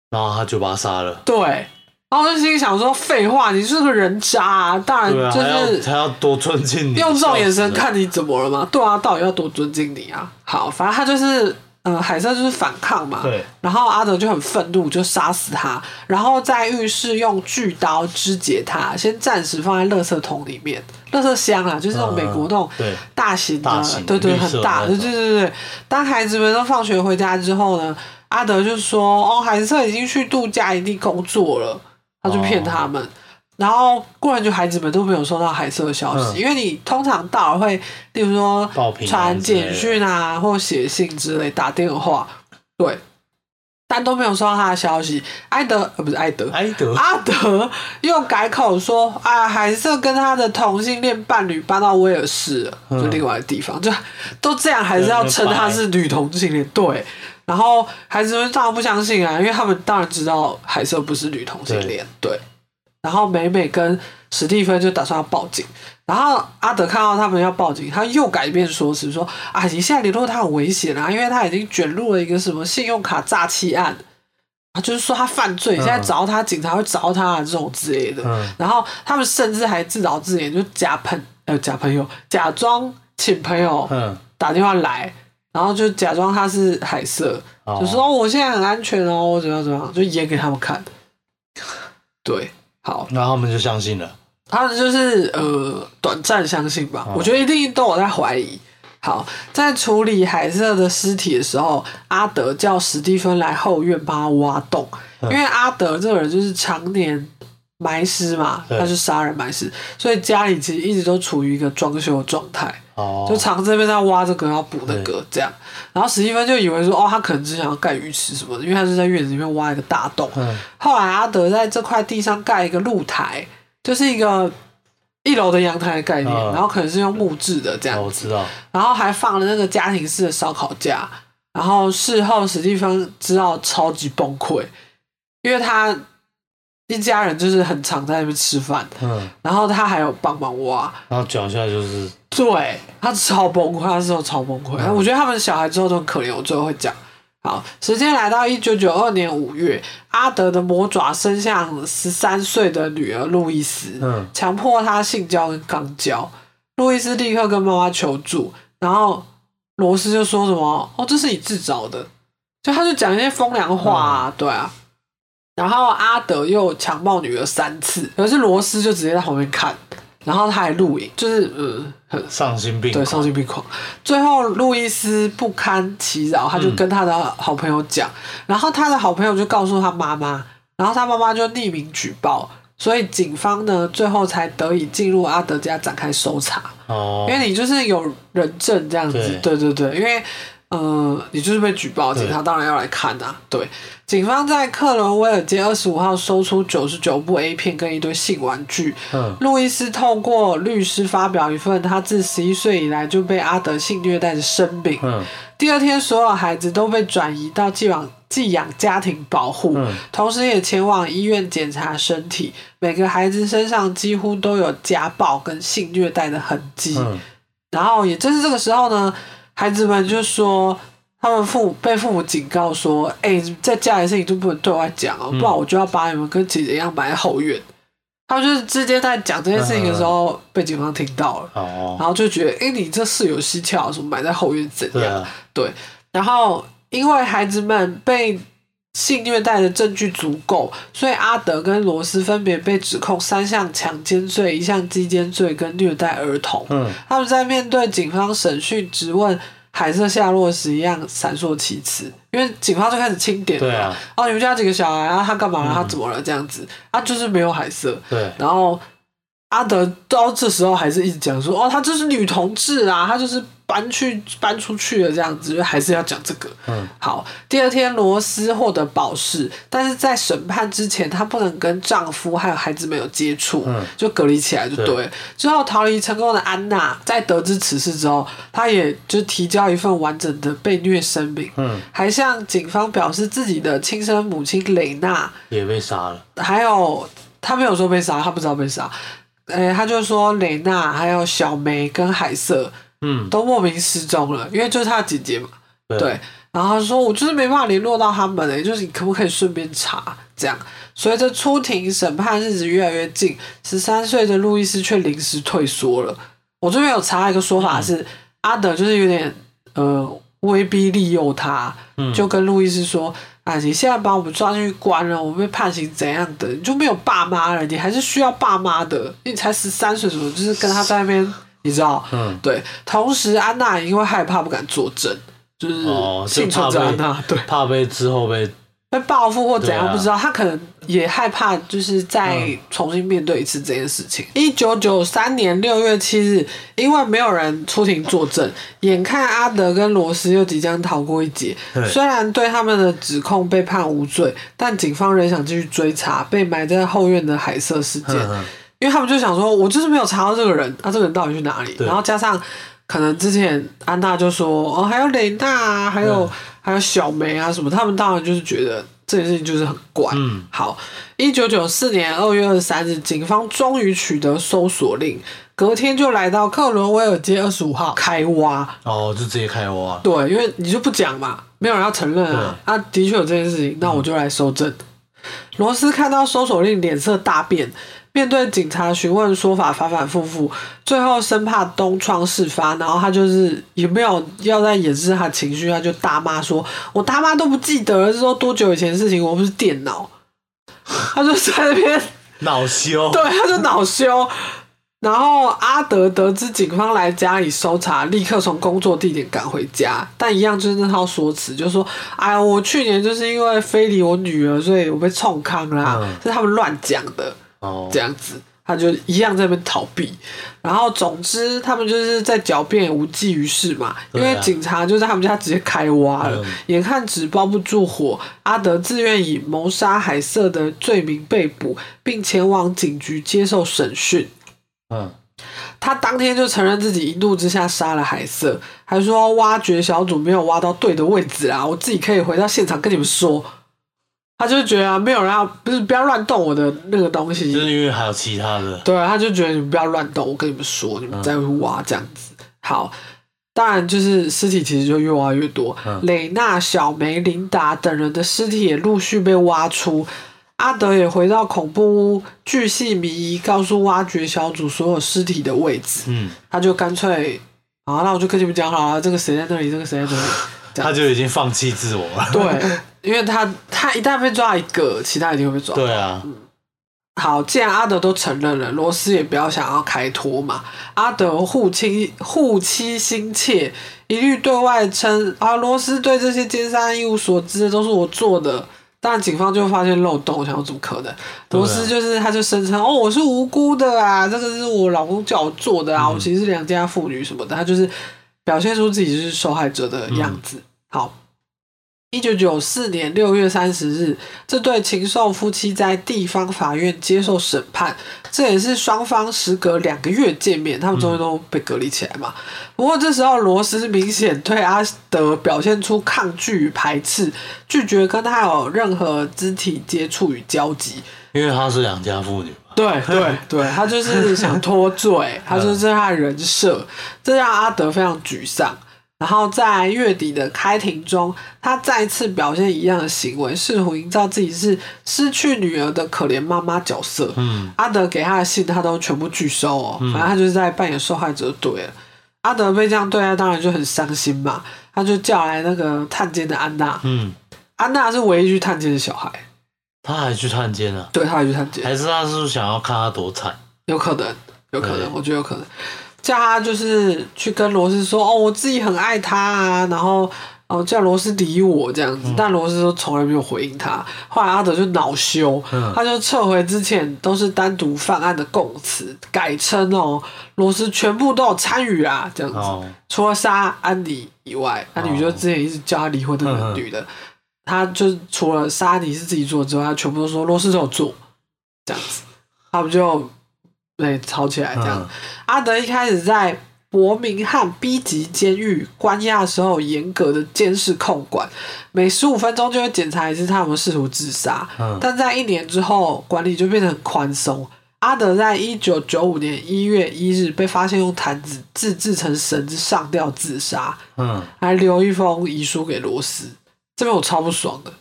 [SPEAKER 2] 然后他就把他杀了。
[SPEAKER 1] 对。然后我就心里想说，废话，你是个人渣、啊，当然
[SPEAKER 2] 对啊，
[SPEAKER 1] 就
[SPEAKER 2] 还要
[SPEAKER 1] 是
[SPEAKER 2] 还要多尊敬你，
[SPEAKER 1] 用这种眼
[SPEAKER 2] 笑
[SPEAKER 1] 神
[SPEAKER 2] 死了，
[SPEAKER 1] 看你怎么了吗？对啊，到底要多尊敬你啊？好，反正他就是，呃，海瑟就是反抗嘛。
[SPEAKER 2] 对。
[SPEAKER 1] 然后阿德就很愤怒，就杀死他，然后在浴室用锯刀肢解他，先暂时放在垃圾桶里面，垃圾箱啊，就是那种美国那种
[SPEAKER 2] 嗯对
[SPEAKER 1] 大型的，
[SPEAKER 2] 大型
[SPEAKER 1] 对对，
[SPEAKER 2] 绿色
[SPEAKER 1] 很大，
[SPEAKER 2] 的
[SPEAKER 1] 对
[SPEAKER 2] 那
[SPEAKER 1] 对
[SPEAKER 2] 种
[SPEAKER 1] 对对。当孩子们都放学回家之后呢，阿德就说：“哦，海瑟已经去度假营地工作了。”他就
[SPEAKER 2] 哦
[SPEAKER 1] 骗他们。然后过很久，孩子们都没有收到海瑟的消息，
[SPEAKER 2] 嗯
[SPEAKER 1] 因为你通常到了会，例如说
[SPEAKER 2] 报平安
[SPEAKER 1] 传
[SPEAKER 2] 之类的
[SPEAKER 1] 简讯啊，或写信之类，打电话，对，但都没有收到他的消息。艾德呃不是艾德，
[SPEAKER 2] 埃德，
[SPEAKER 1] 阿德又改口说啊，海瑟跟他的同性恋伴侣搬到威尔士了，
[SPEAKER 2] 嗯
[SPEAKER 1] 就另外的地方，就都这样，还是要称他是女同性恋。对，然后孩子们当然不相信啊，因为他们当然知道海瑟不是女同性恋。对，然后美美跟史蒂芬就打算要报警，然后阿德看到他们要报警，他又改变说辞说啊，你现在联络他很危险啊，因为他已经卷入了一个什么信用卡诈欺案。啊，就是说他犯罪，现在找他，警察会找他啊这种之类的。
[SPEAKER 2] 嗯
[SPEAKER 1] 然后他们甚至还自导自演，就假朋呃假朋友，假装请朋友
[SPEAKER 2] 嗯，
[SPEAKER 1] 打电话来，然后就假装他是海瑟，
[SPEAKER 2] 哦
[SPEAKER 1] 就说、哦、我现在很安全哦，我怎么样怎么样，就演给他们看。对，好，
[SPEAKER 2] 然后他们就相信了，
[SPEAKER 1] 他们就是呃短暂相信吧，
[SPEAKER 2] 哦
[SPEAKER 1] 我觉得一定都有在怀疑。好，在处理海瑟的尸体的时候，阿德叫史蒂芬来后院帮他挖洞，
[SPEAKER 2] 嗯
[SPEAKER 1] 因为阿德这个人就是常年埋尸嘛，
[SPEAKER 2] 对
[SPEAKER 1] 他是杀人埋尸，所以家里其实一直都处于一个装修的状态。
[SPEAKER 2] 哦，
[SPEAKER 1] 就常这边在挖这个，要补那个这样。然后史蒂芬就以为说，哦，他可能只想要盖鱼池什么的，因为他是在院子里面挖一个大洞。
[SPEAKER 2] 嗯
[SPEAKER 1] 后来阿德在这块地上盖一个露台，就是一个一楼的阳台的概念，
[SPEAKER 2] 嗯
[SPEAKER 1] 然后可能是用木质的这样
[SPEAKER 2] 哦我知道，
[SPEAKER 1] 然后还放了那个家庭式的烧烤架。然后事后史蒂芬知道超级崩溃，因为他一家人就是很常在那边吃饭，
[SPEAKER 2] 嗯，
[SPEAKER 1] 然后他还有帮忙挖。
[SPEAKER 2] 然后脚下就是
[SPEAKER 1] 对他超崩溃，他之后超崩溃。我觉得他们小孩之后都很可怜，我最后会讲。好，时间来到一九九二年五月，阿德的魔爪伸向十三岁的女儿路易斯，
[SPEAKER 2] 嗯
[SPEAKER 1] 强迫她性交跟肛交。路易斯立刻跟妈妈求助，然后罗斯就说什么：“哦，这是你自找的。”就他就讲一些风凉话啊，对啊。然后阿德又强暴女儿三次，可是罗斯就直接在旁边看，然后他还录影，就是呃，很
[SPEAKER 2] 丧心病
[SPEAKER 1] 对，
[SPEAKER 2] 狂，
[SPEAKER 1] 丧心病狂。最后，路易斯不堪其扰，他就跟他的好朋友讲，然后他的好朋友就告诉他妈妈，然后他妈妈就匿名举报，所以警方呢最后才得以进入阿德家展开搜查，
[SPEAKER 2] 哦，
[SPEAKER 1] 因为你就是有人证这样子，对对对，因为。呃，你就是被举报，警察当然要来看啊。对，警方在克伦威尔街二十五号搜出九十九部 A 片跟一堆性玩具，
[SPEAKER 2] 嗯
[SPEAKER 1] 路易斯透过律师发表一份他自十一岁以来就被阿德性虐待的声明。
[SPEAKER 2] 嗯
[SPEAKER 1] 第二天，所有孩子都被转移到寄往寄养家庭保护，
[SPEAKER 2] 嗯
[SPEAKER 1] 同时也前往医院检查身体。每个孩子身上几乎都有家暴跟性虐待的痕迹。
[SPEAKER 2] 嗯，
[SPEAKER 1] 然后也正是这个时候呢，孩子们就说他们父母被父母警告说：“哎、在家里的事情就不能对外讲哦，不
[SPEAKER 2] 嗯
[SPEAKER 1] 然我就要把你们跟姐姐一样埋在后院。”他们就是之间在讲这件事情的时
[SPEAKER 2] 嗯
[SPEAKER 1] 候被警方听到了，
[SPEAKER 2] 哦，
[SPEAKER 1] 然后就觉得：“哎、你这事有蹊跷，什么埋在后院怎
[SPEAKER 2] 对
[SPEAKER 1] 样
[SPEAKER 2] 啊，？”
[SPEAKER 1] 对，然后因为孩子们被。性虐待的证据足够，所以阿德跟罗斯分别被指控三项强奸罪、一项鸡奸罪跟虐待儿童。
[SPEAKER 2] 嗯
[SPEAKER 1] 他们在面对警方审讯、质问海瑟夏洛时一样闪烁其词，因为警方就开始清点了。
[SPEAKER 2] 对啊
[SPEAKER 1] 哦，你们家几个小孩啊？他干嘛了？他怎么了？这样子，他就是没有海瑟。
[SPEAKER 2] 对，
[SPEAKER 1] 然后阿德到这时候还是一直讲说，哦，他就是女同志啊，他就是搬去搬出去了这样子，就还是要讲这个。
[SPEAKER 2] 嗯
[SPEAKER 1] 好，第二天罗斯获得保释，但是在审判之前，她不能跟丈夫还有孩子们有接触，
[SPEAKER 2] 嗯
[SPEAKER 1] 就隔离起来就对了。之后逃离成功的安娜，在得知此事之后，她也就提交一份完整的被虐声明，
[SPEAKER 2] 嗯，
[SPEAKER 1] 还向警方表示自己的亲生母亲蕾娜，
[SPEAKER 2] 也被杀了，
[SPEAKER 1] 还有她没有说被杀，她不知道被杀，呃、她就说蕾娜还有小梅跟海瑟
[SPEAKER 2] 嗯，
[SPEAKER 1] 都莫名失踪了，因为就是她的姐姐嘛。
[SPEAKER 2] 对
[SPEAKER 1] 对，，然后他说我就是没办法联络到他们诶、就是你可不可以顺便查这样？随着出庭审判日子越来越近，十三岁的路易斯却临时退缩了。我这边有查一个说
[SPEAKER 2] 嗯
[SPEAKER 1] 法是，阿德就是有点呃威逼利诱他，
[SPEAKER 2] 嗯
[SPEAKER 1] 就跟路易斯说。啊！你现在把我们抓进去关了，我们被判刑怎样的？你就没有爸妈了，你还是需要爸妈的。因为你才十三岁，什么就是跟他在那边，你知道？
[SPEAKER 2] 嗯
[SPEAKER 1] 对。同时，安娜也因为害怕不敢作证，就是
[SPEAKER 2] 哦，
[SPEAKER 1] 嗯
[SPEAKER 2] 就
[SPEAKER 1] 幸存
[SPEAKER 2] 怕
[SPEAKER 1] 者安娜
[SPEAKER 2] 被，
[SPEAKER 1] 对，
[SPEAKER 2] 怕被之后被，
[SPEAKER 1] 被报复或怎样
[SPEAKER 2] 对啊嗯
[SPEAKER 1] 不知道，他可能也害怕，就是再重新面对一次这件事情。一九九三年六月七日，因为没有人出庭作证，眼看阿德跟罗斯又即将逃过一劫，
[SPEAKER 2] 对
[SPEAKER 1] 虽然对他们的指控被判无罪，但警方仍想继续追查被埋在后院的海瑟事件。
[SPEAKER 2] 嗯嗯
[SPEAKER 1] 因为他们就想说，我就是没有查到这个人，那、啊这个人到底去哪里？
[SPEAKER 2] 对
[SPEAKER 1] 然后加上可能之前安娜就说，哦，还有蕾娜啊，还有、
[SPEAKER 2] 嗯
[SPEAKER 1] 还有小梅啊什么，他们当然就是觉得这件事情就是很怪。
[SPEAKER 2] 嗯，
[SPEAKER 1] 好，一九九四年二月二十三日，警方终于取得搜索令，隔天就来到克伦威尔街二十五号开挖。
[SPEAKER 2] 哦，就直接开挖，
[SPEAKER 1] 对，因为你就不讲嘛，没有人要承认啊。啊，的确有这件事情，那我就来搜证。罗斯看到搜索令，脸色大变，面对警察询问说法反反复复，最后生怕东窗事发，然后他就是也没有要再掩饰他情绪，他就大骂说：“我他妈都不记得了，这都多久以前的事情，我不是电脑。”他就在那边
[SPEAKER 2] 恼羞，
[SPEAKER 1] 对，他就恼羞。然后阿德得知警方来家里搜查，立刻从工作地点赶回家，但一样就是那套说辞，就说：“哎呀，我去年就是因为非礼我女儿，所以我被冲康啦，
[SPEAKER 2] 嗯
[SPEAKER 1] 是他们乱讲的。”
[SPEAKER 2] 哦
[SPEAKER 1] 这，样子，他就一样在那边逃避。然后总之，他们就是在狡辩，无济于事嘛。因
[SPEAKER 2] 对啊
[SPEAKER 1] 为警察就在他们家直接开挖了
[SPEAKER 2] 嗯，
[SPEAKER 1] 眼看纸包不住火，阿德自愿以谋杀海瑟的罪名被捕，并前往警局接受审讯。
[SPEAKER 2] 嗯，
[SPEAKER 1] 他当天就承认自己一怒之下杀了海瑟，还说挖掘小组没有挖到对的位置啊，我自己可以回到现场跟你们说。他就觉得、啊、没有人要，不是不要乱动我的那个东西，
[SPEAKER 2] 就是因为还有其他的，
[SPEAKER 1] 对，他就觉得你们不要乱动，我跟你们说，
[SPEAKER 2] 嗯
[SPEAKER 1] 你们再挖这样子。好，当然就是尸体其实就越挖越多，
[SPEAKER 2] 嗯
[SPEAKER 1] 蕾娜、小梅、琳达等人的尸体也陆续被挖出。阿德也回到恐怖屋，巨细靡遗告诉挖掘小组所有尸体的位置。
[SPEAKER 2] 嗯，
[SPEAKER 1] 他就干脆，啊，那我就跟你们讲好了，这个谁在那里，这个谁在那里。这样
[SPEAKER 2] 他就已经放弃自我了。
[SPEAKER 1] 对，因为他他一旦被抓一个，其他一定会被抓。
[SPEAKER 2] 对啊，
[SPEAKER 1] 好，既然阿德都承认了，罗斯也不要想要开脱嘛。阿德护妻护妻心切，一律对外称啊，罗斯对这些奸杀一无所知，都是我做的。但警方就发现漏洞，我想说怎么可能？罗斯就是他就声称哦，我是无辜的啊，这个是我老公叫我做的啊，我其实是良家妇女什么的，他就是表现出自己是受害者的样子。好，一九九四年六月三十日，这对禽兽夫妻在地方法院接受审判，这也是双方时隔两个月见面，他们终于都被隔离起来嘛。不过这时候罗斯明显对阿德表现出抗拒与排斥，拒绝跟他有任何肢体接触与交集。
[SPEAKER 2] 因为她是良家妇女嘛。
[SPEAKER 1] 对对对，他就是想脱罪，他就是他的人设，这让阿德非常沮丧。然后在月底的开庭中，他再次表现一样的行为，试图营造自己是失去女儿的可怜妈妈角色。
[SPEAKER 2] 嗯，
[SPEAKER 1] 阿德给他的信，他都全部拒收哦。反正他就是在扮演受害者就对了。阿德被这样对待，当然就很伤心嘛。他就叫来那个探监的安娜，
[SPEAKER 2] 嗯，
[SPEAKER 1] 安娜是唯一去探监的小孩，
[SPEAKER 2] 她还去探监啊了，
[SPEAKER 1] 对，他也去探监。
[SPEAKER 2] 还是她是想要看她多惨？
[SPEAKER 1] 有可能，有可
[SPEAKER 2] 对
[SPEAKER 1] 能，我觉得有可能。叫他就是去跟罗斯说，哦，我自己很爱他啊，然后哦叫罗斯理我这样子，
[SPEAKER 2] 嗯
[SPEAKER 1] 但罗斯都从来没有回应他。后来阿德就恼羞，
[SPEAKER 2] 嗯
[SPEAKER 1] 他就撤回之前都是单独犯案的供词，改称哦罗斯全部都有参与啊这样子。
[SPEAKER 2] 哦，
[SPEAKER 1] 除了杀安妮以外，安妮就之前一直叫他离婚的那个女的，她就除了杀安妮是自己做之外，她全部都说罗斯都有做，这样子，他们就对吵起来这样。
[SPEAKER 2] 嗯
[SPEAKER 1] 阿德一开始在伯明翰 B 级监狱关押的时候，严格的监视控管，每十五分钟就会检查一次他有没有试图自杀。
[SPEAKER 2] 嗯
[SPEAKER 1] 但在一年之后，管理就变得很宽松。阿德在一九九五年一月一日被发现用坛子自制成绳子上吊自杀，
[SPEAKER 2] 嗯，
[SPEAKER 1] 还留一封遗书给罗斯。这边我超不爽的，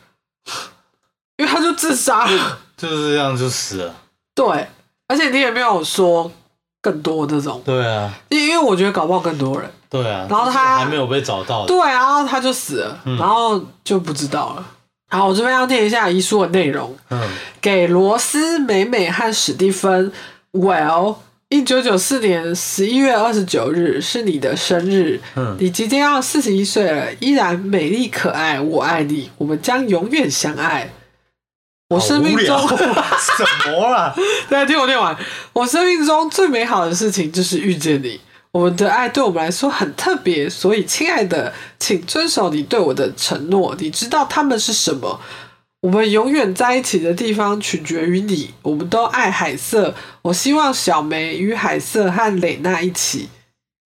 [SPEAKER 1] 因为他就自杀了。
[SPEAKER 2] 就是这样就死了。
[SPEAKER 1] 对，而且你也没有说更多那种，
[SPEAKER 2] 对啊，
[SPEAKER 1] 因因为我觉得搞不好更多人。
[SPEAKER 2] 对啊。
[SPEAKER 1] 然后她
[SPEAKER 2] 还没有被找到。
[SPEAKER 1] 对，然后他就死了，
[SPEAKER 2] 嗯
[SPEAKER 1] 然后就不知道了。好，我这边要念一下遗书的内容，
[SPEAKER 2] 嗯
[SPEAKER 1] 给罗斯、美美和史蒂芬。Well，一九九四年十一月二十九日是你的生日，
[SPEAKER 2] 嗯
[SPEAKER 1] 你即将要四十一岁了，依然美丽可爱，我爱你，我们将永远相爱。我生命中
[SPEAKER 2] 好无，聊 什么啊啦？
[SPEAKER 1] 大家听我念完。我生命中最美好的事情就是遇见你。我们的爱对我们来说很特别，所以亲爱的，请遵守你对我的承诺。你知道他们是什么？我们永远在一起的地方取决于你。我们都爱海瑟，我希望小梅与海瑟和蕾娜一起。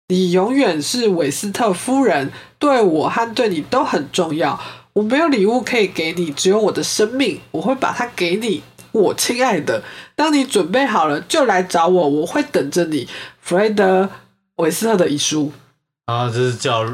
[SPEAKER 1] 你永远是韦斯特夫人，对我和对你都很重要。我没有礼物可以给你，只有我的生命，我会把它给你，我亲爱的。当你准备好了，就来找我，我会等着你。弗雷德·韦斯特的遗书，
[SPEAKER 2] 然后就是叫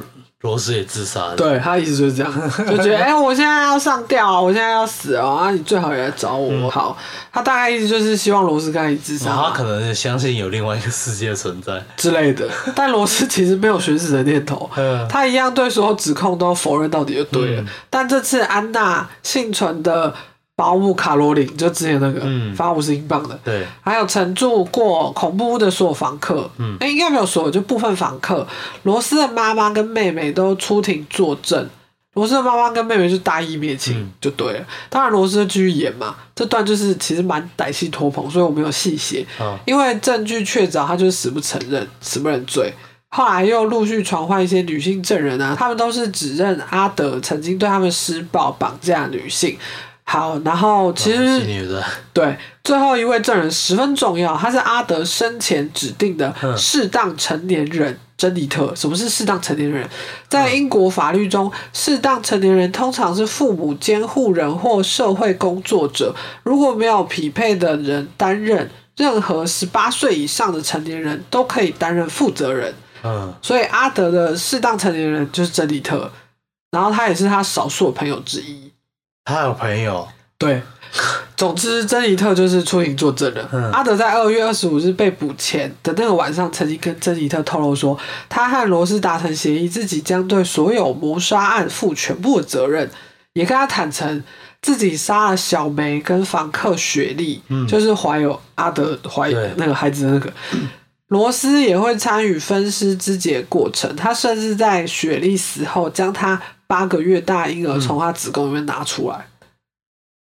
[SPEAKER 2] 罗斯也自杀了。
[SPEAKER 1] 对他的意思就是这样，就觉得哎、我现在要上吊啊，我现在要死哦，啊，你最好也来找我。好，他大概意思就是希望罗斯跟他一起自杀
[SPEAKER 2] 然后
[SPEAKER 1] 嘛
[SPEAKER 2] 哦他可能也相信有另外一个世界存在。
[SPEAKER 1] 之类的，但罗斯其实没有寻死的念头。
[SPEAKER 2] 嗯，
[SPEAKER 1] 他一样对所有指控都否认到底就对了。
[SPEAKER 2] 嗯
[SPEAKER 1] 但这次安娜幸存的保姆卡罗琳，就之前那个、
[SPEAKER 2] 嗯
[SPEAKER 1] 罚五十英镑的，
[SPEAKER 2] 对，
[SPEAKER 1] 还有曾住过恐怖屋的所有房客，嗯，哎、应该没有所有，就部分房客。罗斯的妈妈跟妹妹都出庭作证，罗斯的妈妈跟妹妹就大义灭亲
[SPEAKER 2] 嗯，
[SPEAKER 1] 就对了。当然，罗斯就继续演嘛，这段就是其实蛮歹戏拖棚，所以我没有细写，
[SPEAKER 2] 嗯
[SPEAKER 1] 因为证据确凿，他就是死不承认，死不认罪。后来又陆续传唤一些女性证人啊，他们都是指认阿德曾经对他们施暴、绑架女性。好，然后其实
[SPEAKER 2] 妓女哦的，
[SPEAKER 1] 对，最后一位证人十分重要，他是阿德生前指定的
[SPEAKER 2] 嗯
[SPEAKER 1] 适当成年人珍妮特。什么是适当成年人？在英国法律中，适当成年人通常是父母、监护人或社会工作者，如果没有匹配的人担任，任何十八岁以上的成年人都可以担任负责人。
[SPEAKER 2] 嗯
[SPEAKER 1] 所以阿德的适当成年人就是珍妮特，然后他也是他少数的朋友之一。
[SPEAKER 2] 他有朋友，
[SPEAKER 1] 对，总之，珍妮特就是出庭作证了。
[SPEAKER 2] 嗯
[SPEAKER 1] 阿德在二月二十五日被捕前的那个晚上，曾经跟珍妮特透露说，他和罗斯达成协议，自己将对所有谋杀案负全部的责任，也跟他坦诚自己杀了小梅跟房客雪莉，就是怀有阿德怀
[SPEAKER 2] 对
[SPEAKER 1] 那个孩子的那个。罗斯也会参与分尸肢解过程，他甚至在雪莉死后将她八个月大婴儿从她子宫里面拿出来，
[SPEAKER 2] 啊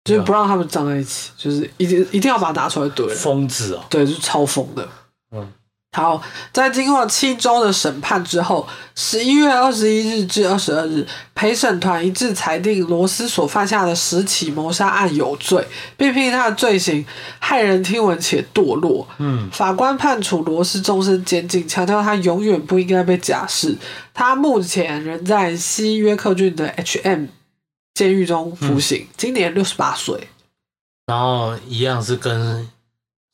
[SPEAKER 1] 就是不让他们葬在一起，就是一定一定要把它拿出来对了，
[SPEAKER 2] 疯子哦，
[SPEAKER 1] 对，就是超疯的。
[SPEAKER 2] 嗯，
[SPEAKER 1] 好，在经过七周的审判之后，十一月二十一日至二十二日，陪审团一致裁定罗斯所犯下的十起谋杀案有罪，并判他的罪行骇人听闻且堕落。
[SPEAKER 2] 嗯，
[SPEAKER 1] 法官判处罗斯终身监禁，强调他永远不应该被假释。他目前仍在西约克郡的 H.M. 监狱中服刑，
[SPEAKER 2] 嗯
[SPEAKER 1] 今年六十八岁。
[SPEAKER 2] 然后一样是跟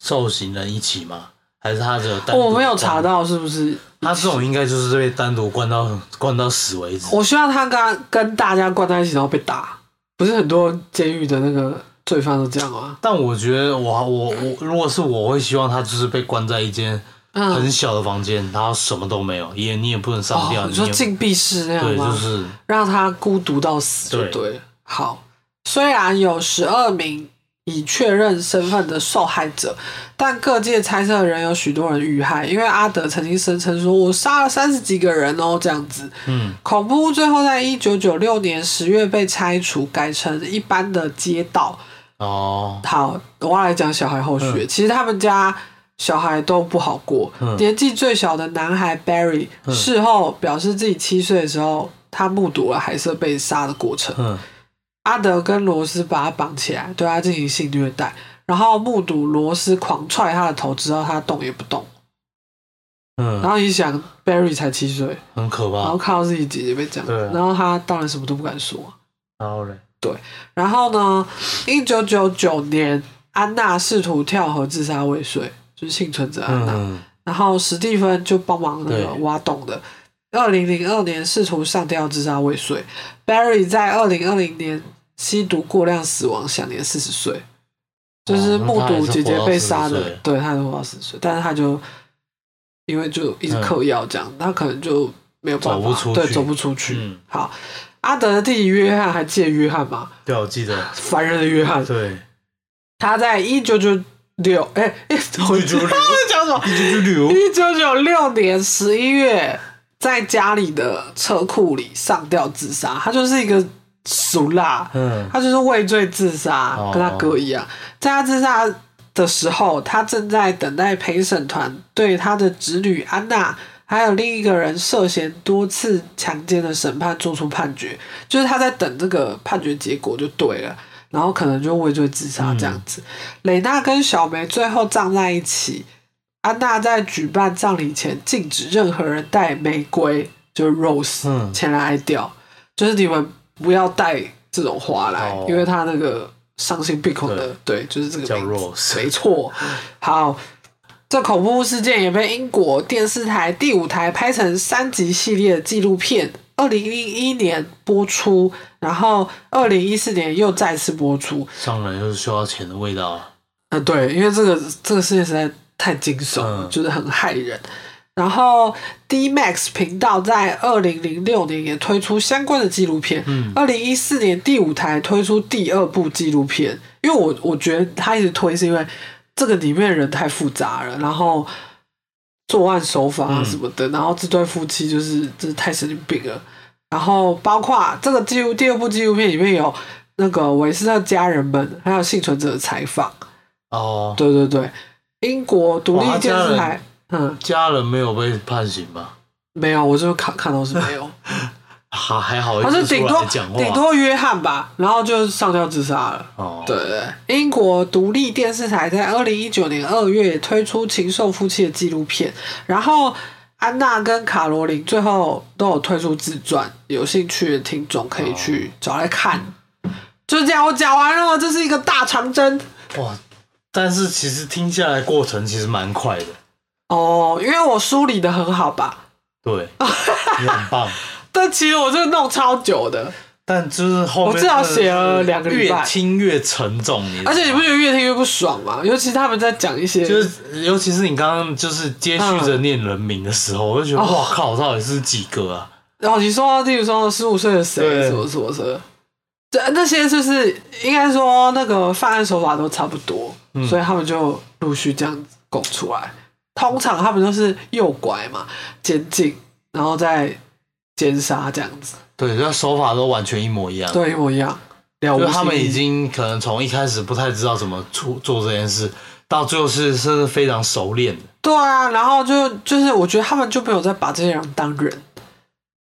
[SPEAKER 2] 受刑人一起吗？还是他只有单独关？
[SPEAKER 1] 哦我没有查到是不是
[SPEAKER 2] 他这种应该就是被单独关到关到死为止。
[SPEAKER 1] 我希望他跟跟大家关在一起，然后被打。不是很多监狱的那个罪犯都这样啊吗？
[SPEAKER 2] 但我觉得我我我，如果是我会希望他就是被关在一间很
[SPEAKER 1] 嗯，
[SPEAKER 2] 小的房间，然后什么都没有，也你也不能上
[SPEAKER 1] 哦你
[SPEAKER 2] 吊，，啊你
[SPEAKER 1] 说
[SPEAKER 2] 也
[SPEAKER 1] 禁闭室那样
[SPEAKER 2] 对，
[SPEAKER 1] 吗？
[SPEAKER 2] 就是
[SPEAKER 1] 让他孤独到死就
[SPEAKER 2] 对
[SPEAKER 1] 对了好，虽然有十二名已确认身份的受害者，但各界猜测仍有许多人遇害，因为阿德曾经声称说：“我杀了三十几个人哦，这样子。”
[SPEAKER 2] 嗯，
[SPEAKER 1] 恐怖屋最后在一九九六年十月被拆除，改成一般的街道。
[SPEAKER 2] 哦，
[SPEAKER 1] 好，我要来讲小孩后续。
[SPEAKER 2] 嗯
[SPEAKER 1] 其实他们家小孩都不好过，
[SPEAKER 2] 嗯
[SPEAKER 1] 年纪最小的男孩 Barry
[SPEAKER 2] 嗯
[SPEAKER 1] 事后表示，自己七岁的时候，他目睹了海瑟被杀的过程。
[SPEAKER 2] 嗯
[SPEAKER 1] 阿德跟罗斯把他绑起来，对他进行性虐待，然后目睹罗斯狂踹他的头，直到他动也不动。然
[SPEAKER 2] 嗯，
[SPEAKER 1] 后你想，Barry 才七岁，
[SPEAKER 2] 很可
[SPEAKER 1] 然后
[SPEAKER 2] 怕。
[SPEAKER 1] 看到自己姐姐被这样，
[SPEAKER 2] 对啊
[SPEAKER 1] 然后他当然什么都不敢说。
[SPEAKER 2] 然后嘞，
[SPEAKER 1] 然后呢，一九九九年，安娜试图跳河自杀未遂，就是幸存者安娜。
[SPEAKER 2] 嗯，
[SPEAKER 1] 然后史蒂芬就帮忙那
[SPEAKER 2] 对
[SPEAKER 1] 个挖洞的。二零零二年试图上吊自杀未遂，Barry 在二零二零年吸毒过量死亡，享年四十岁。就是
[SPEAKER 2] 哦
[SPEAKER 1] 目睹姐姐被杀的，
[SPEAKER 2] 哦那他还是活
[SPEAKER 1] 对，他是活
[SPEAKER 2] 到40岁
[SPEAKER 1] 到四十岁，但是他就因为就一直嗑药这样，他可能就没有办法，
[SPEAKER 2] 走不出去
[SPEAKER 1] 对，走不出去。
[SPEAKER 2] 嗯
[SPEAKER 1] 好，阿德的弟弟约翰还记得约翰吗？
[SPEAKER 2] 对，啊我记得，
[SPEAKER 1] 凡人的约翰，
[SPEAKER 2] 对，
[SPEAKER 1] 他在一九九六，哎，一九
[SPEAKER 2] 九六
[SPEAKER 1] 讲什 么？
[SPEAKER 2] 就流
[SPEAKER 1] 一九九六年十一月，在家里的车库里上吊自杀，他就是一个俗辣，
[SPEAKER 2] 嗯
[SPEAKER 1] 他就是畏罪自杀，
[SPEAKER 2] 哦
[SPEAKER 1] 跟他哥一样。在他自杀的时候，他正在等待陪审团对他的侄女安娜。还有另一个人涉嫌多次强奸的审判作出判决，就是他在等这个判决结果就对了，然后可能就畏罪自杀这样子。蕾娜跟小梅最后葬在一起，安娜在举办葬礼前禁止任何人带玫瑰，就是 rose
[SPEAKER 2] 嗯
[SPEAKER 1] 前来哀悼，就是你们不要带这种花来，
[SPEAKER 2] 哦
[SPEAKER 1] 因为她那个丧心病狂的，对，就是这个
[SPEAKER 2] 叫
[SPEAKER 1] 名字
[SPEAKER 2] Rose
[SPEAKER 1] 没错。好，这恐怖事件也被英国电视台第五台拍成三集系列的纪录片，二零零一年播出，然后二零一四年又再次播出。
[SPEAKER 2] 商人就是需要钱的味道啊。
[SPEAKER 1] 啊，对，因为这个这个事件实在太惊悚了，
[SPEAKER 2] 嗯
[SPEAKER 1] 就是很害人。然后 D Max 频道在二零零六年也推出相关的纪录片，
[SPEAKER 2] 嗯
[SPEAKER 1] 二零一四年第五台推出第二部纪录片，因为我我觉得他一直推是因为这个里面人太复杂了，然后作案手法啊
[SPEAKER 2] 嗯
[SPEAKER 1] 什么的，然后这对夫妻就是真是太神经病了。然后包括这个纪录第二部纪录片里面有那个韦斯特家人们还有幸存者的采访。
[SPEAKER 2] 哦，
[SPEAKER 1] 对对对，英国独立电视台，嗯，
[SPEAKER 2] 家人没有被判刑吧？
[SPEAKER 1] 没有，我就看看到是没有，
[SPEAKER 2] 还还好意
[SPEAKER 1] 他
[SPEAKER 2] 思
[SPEAKER 1] 是顶
[SPEAKER 2] 哦出
[SPEAKER 1] 多
[SPEAKER 2] 来讲话，
[SPEAKER 1] 顶多约翰吧，然后就上吊自杀了。
[SPEAKER 2] 哦，
[SPEAKER 1] 对，对对，英国独立电视台在二零一九年二月推出禽兽夫妻的纪录片，然后安娜跟卡罗琳最后都有推出自传，有兴趣的听众可以去找来看。
[SPEAKER 2] 嗯
[SPEAKER 1] 就这样，我讲完了，这是一个大长征。
[SPEAKER 2] 哇！但是其实听下来过程其实蛮快的，
[SPEAKER 1] 哦，因为我梳理的很好吧，
[SPEAKER 2] 对，你很棒。
[SPEAKER 1] 但其实我真的弄超久的。
[SPEAKER 2] 但就是后面
[SPEAKER 1] 我至少写了两个礼拜
[SPEAKER 2] 越听越沉重，你知道吗
[SPEAKER 1] 而且你不觉得越听越不爽吗？尤其他们在讲一些，
[SPEAKER 2] 就是尤其是你刚刚就是接续着念人名的时候，我就觉得
[SPEAKER 1] 哦
[SPEAKER 2] 哇靠，到底是几个啊？
[SPEAKER 1] 然哦后你说，例如说十五岁的谁，
[SPEAKER 2] 对
[SPEAKER 1] 什么什么什么，这那些就是应该说那个犯案手法都差不多，
[SPEAKER 2] 嗯
[SPEAKER 1] 所以他们就陆续这样子拱出来。通常他们都是诱拐嘛，监禁，然后再奸杀这样子，
[SPEAKER 2] 对，这手法都完全一模一样。
[SPEAKER 1] 对，一模一样。了无
[SPEAKER 2] 就
[SPEAKER 1] 新意
[SPEAKER 2] 是他们已经可能从一开始不太知道怎么出做这件事，到最后是是非常熟练的，
[SPEAKER 1] 对啊，然后就就是我觉得他们就没有再把这些人当人，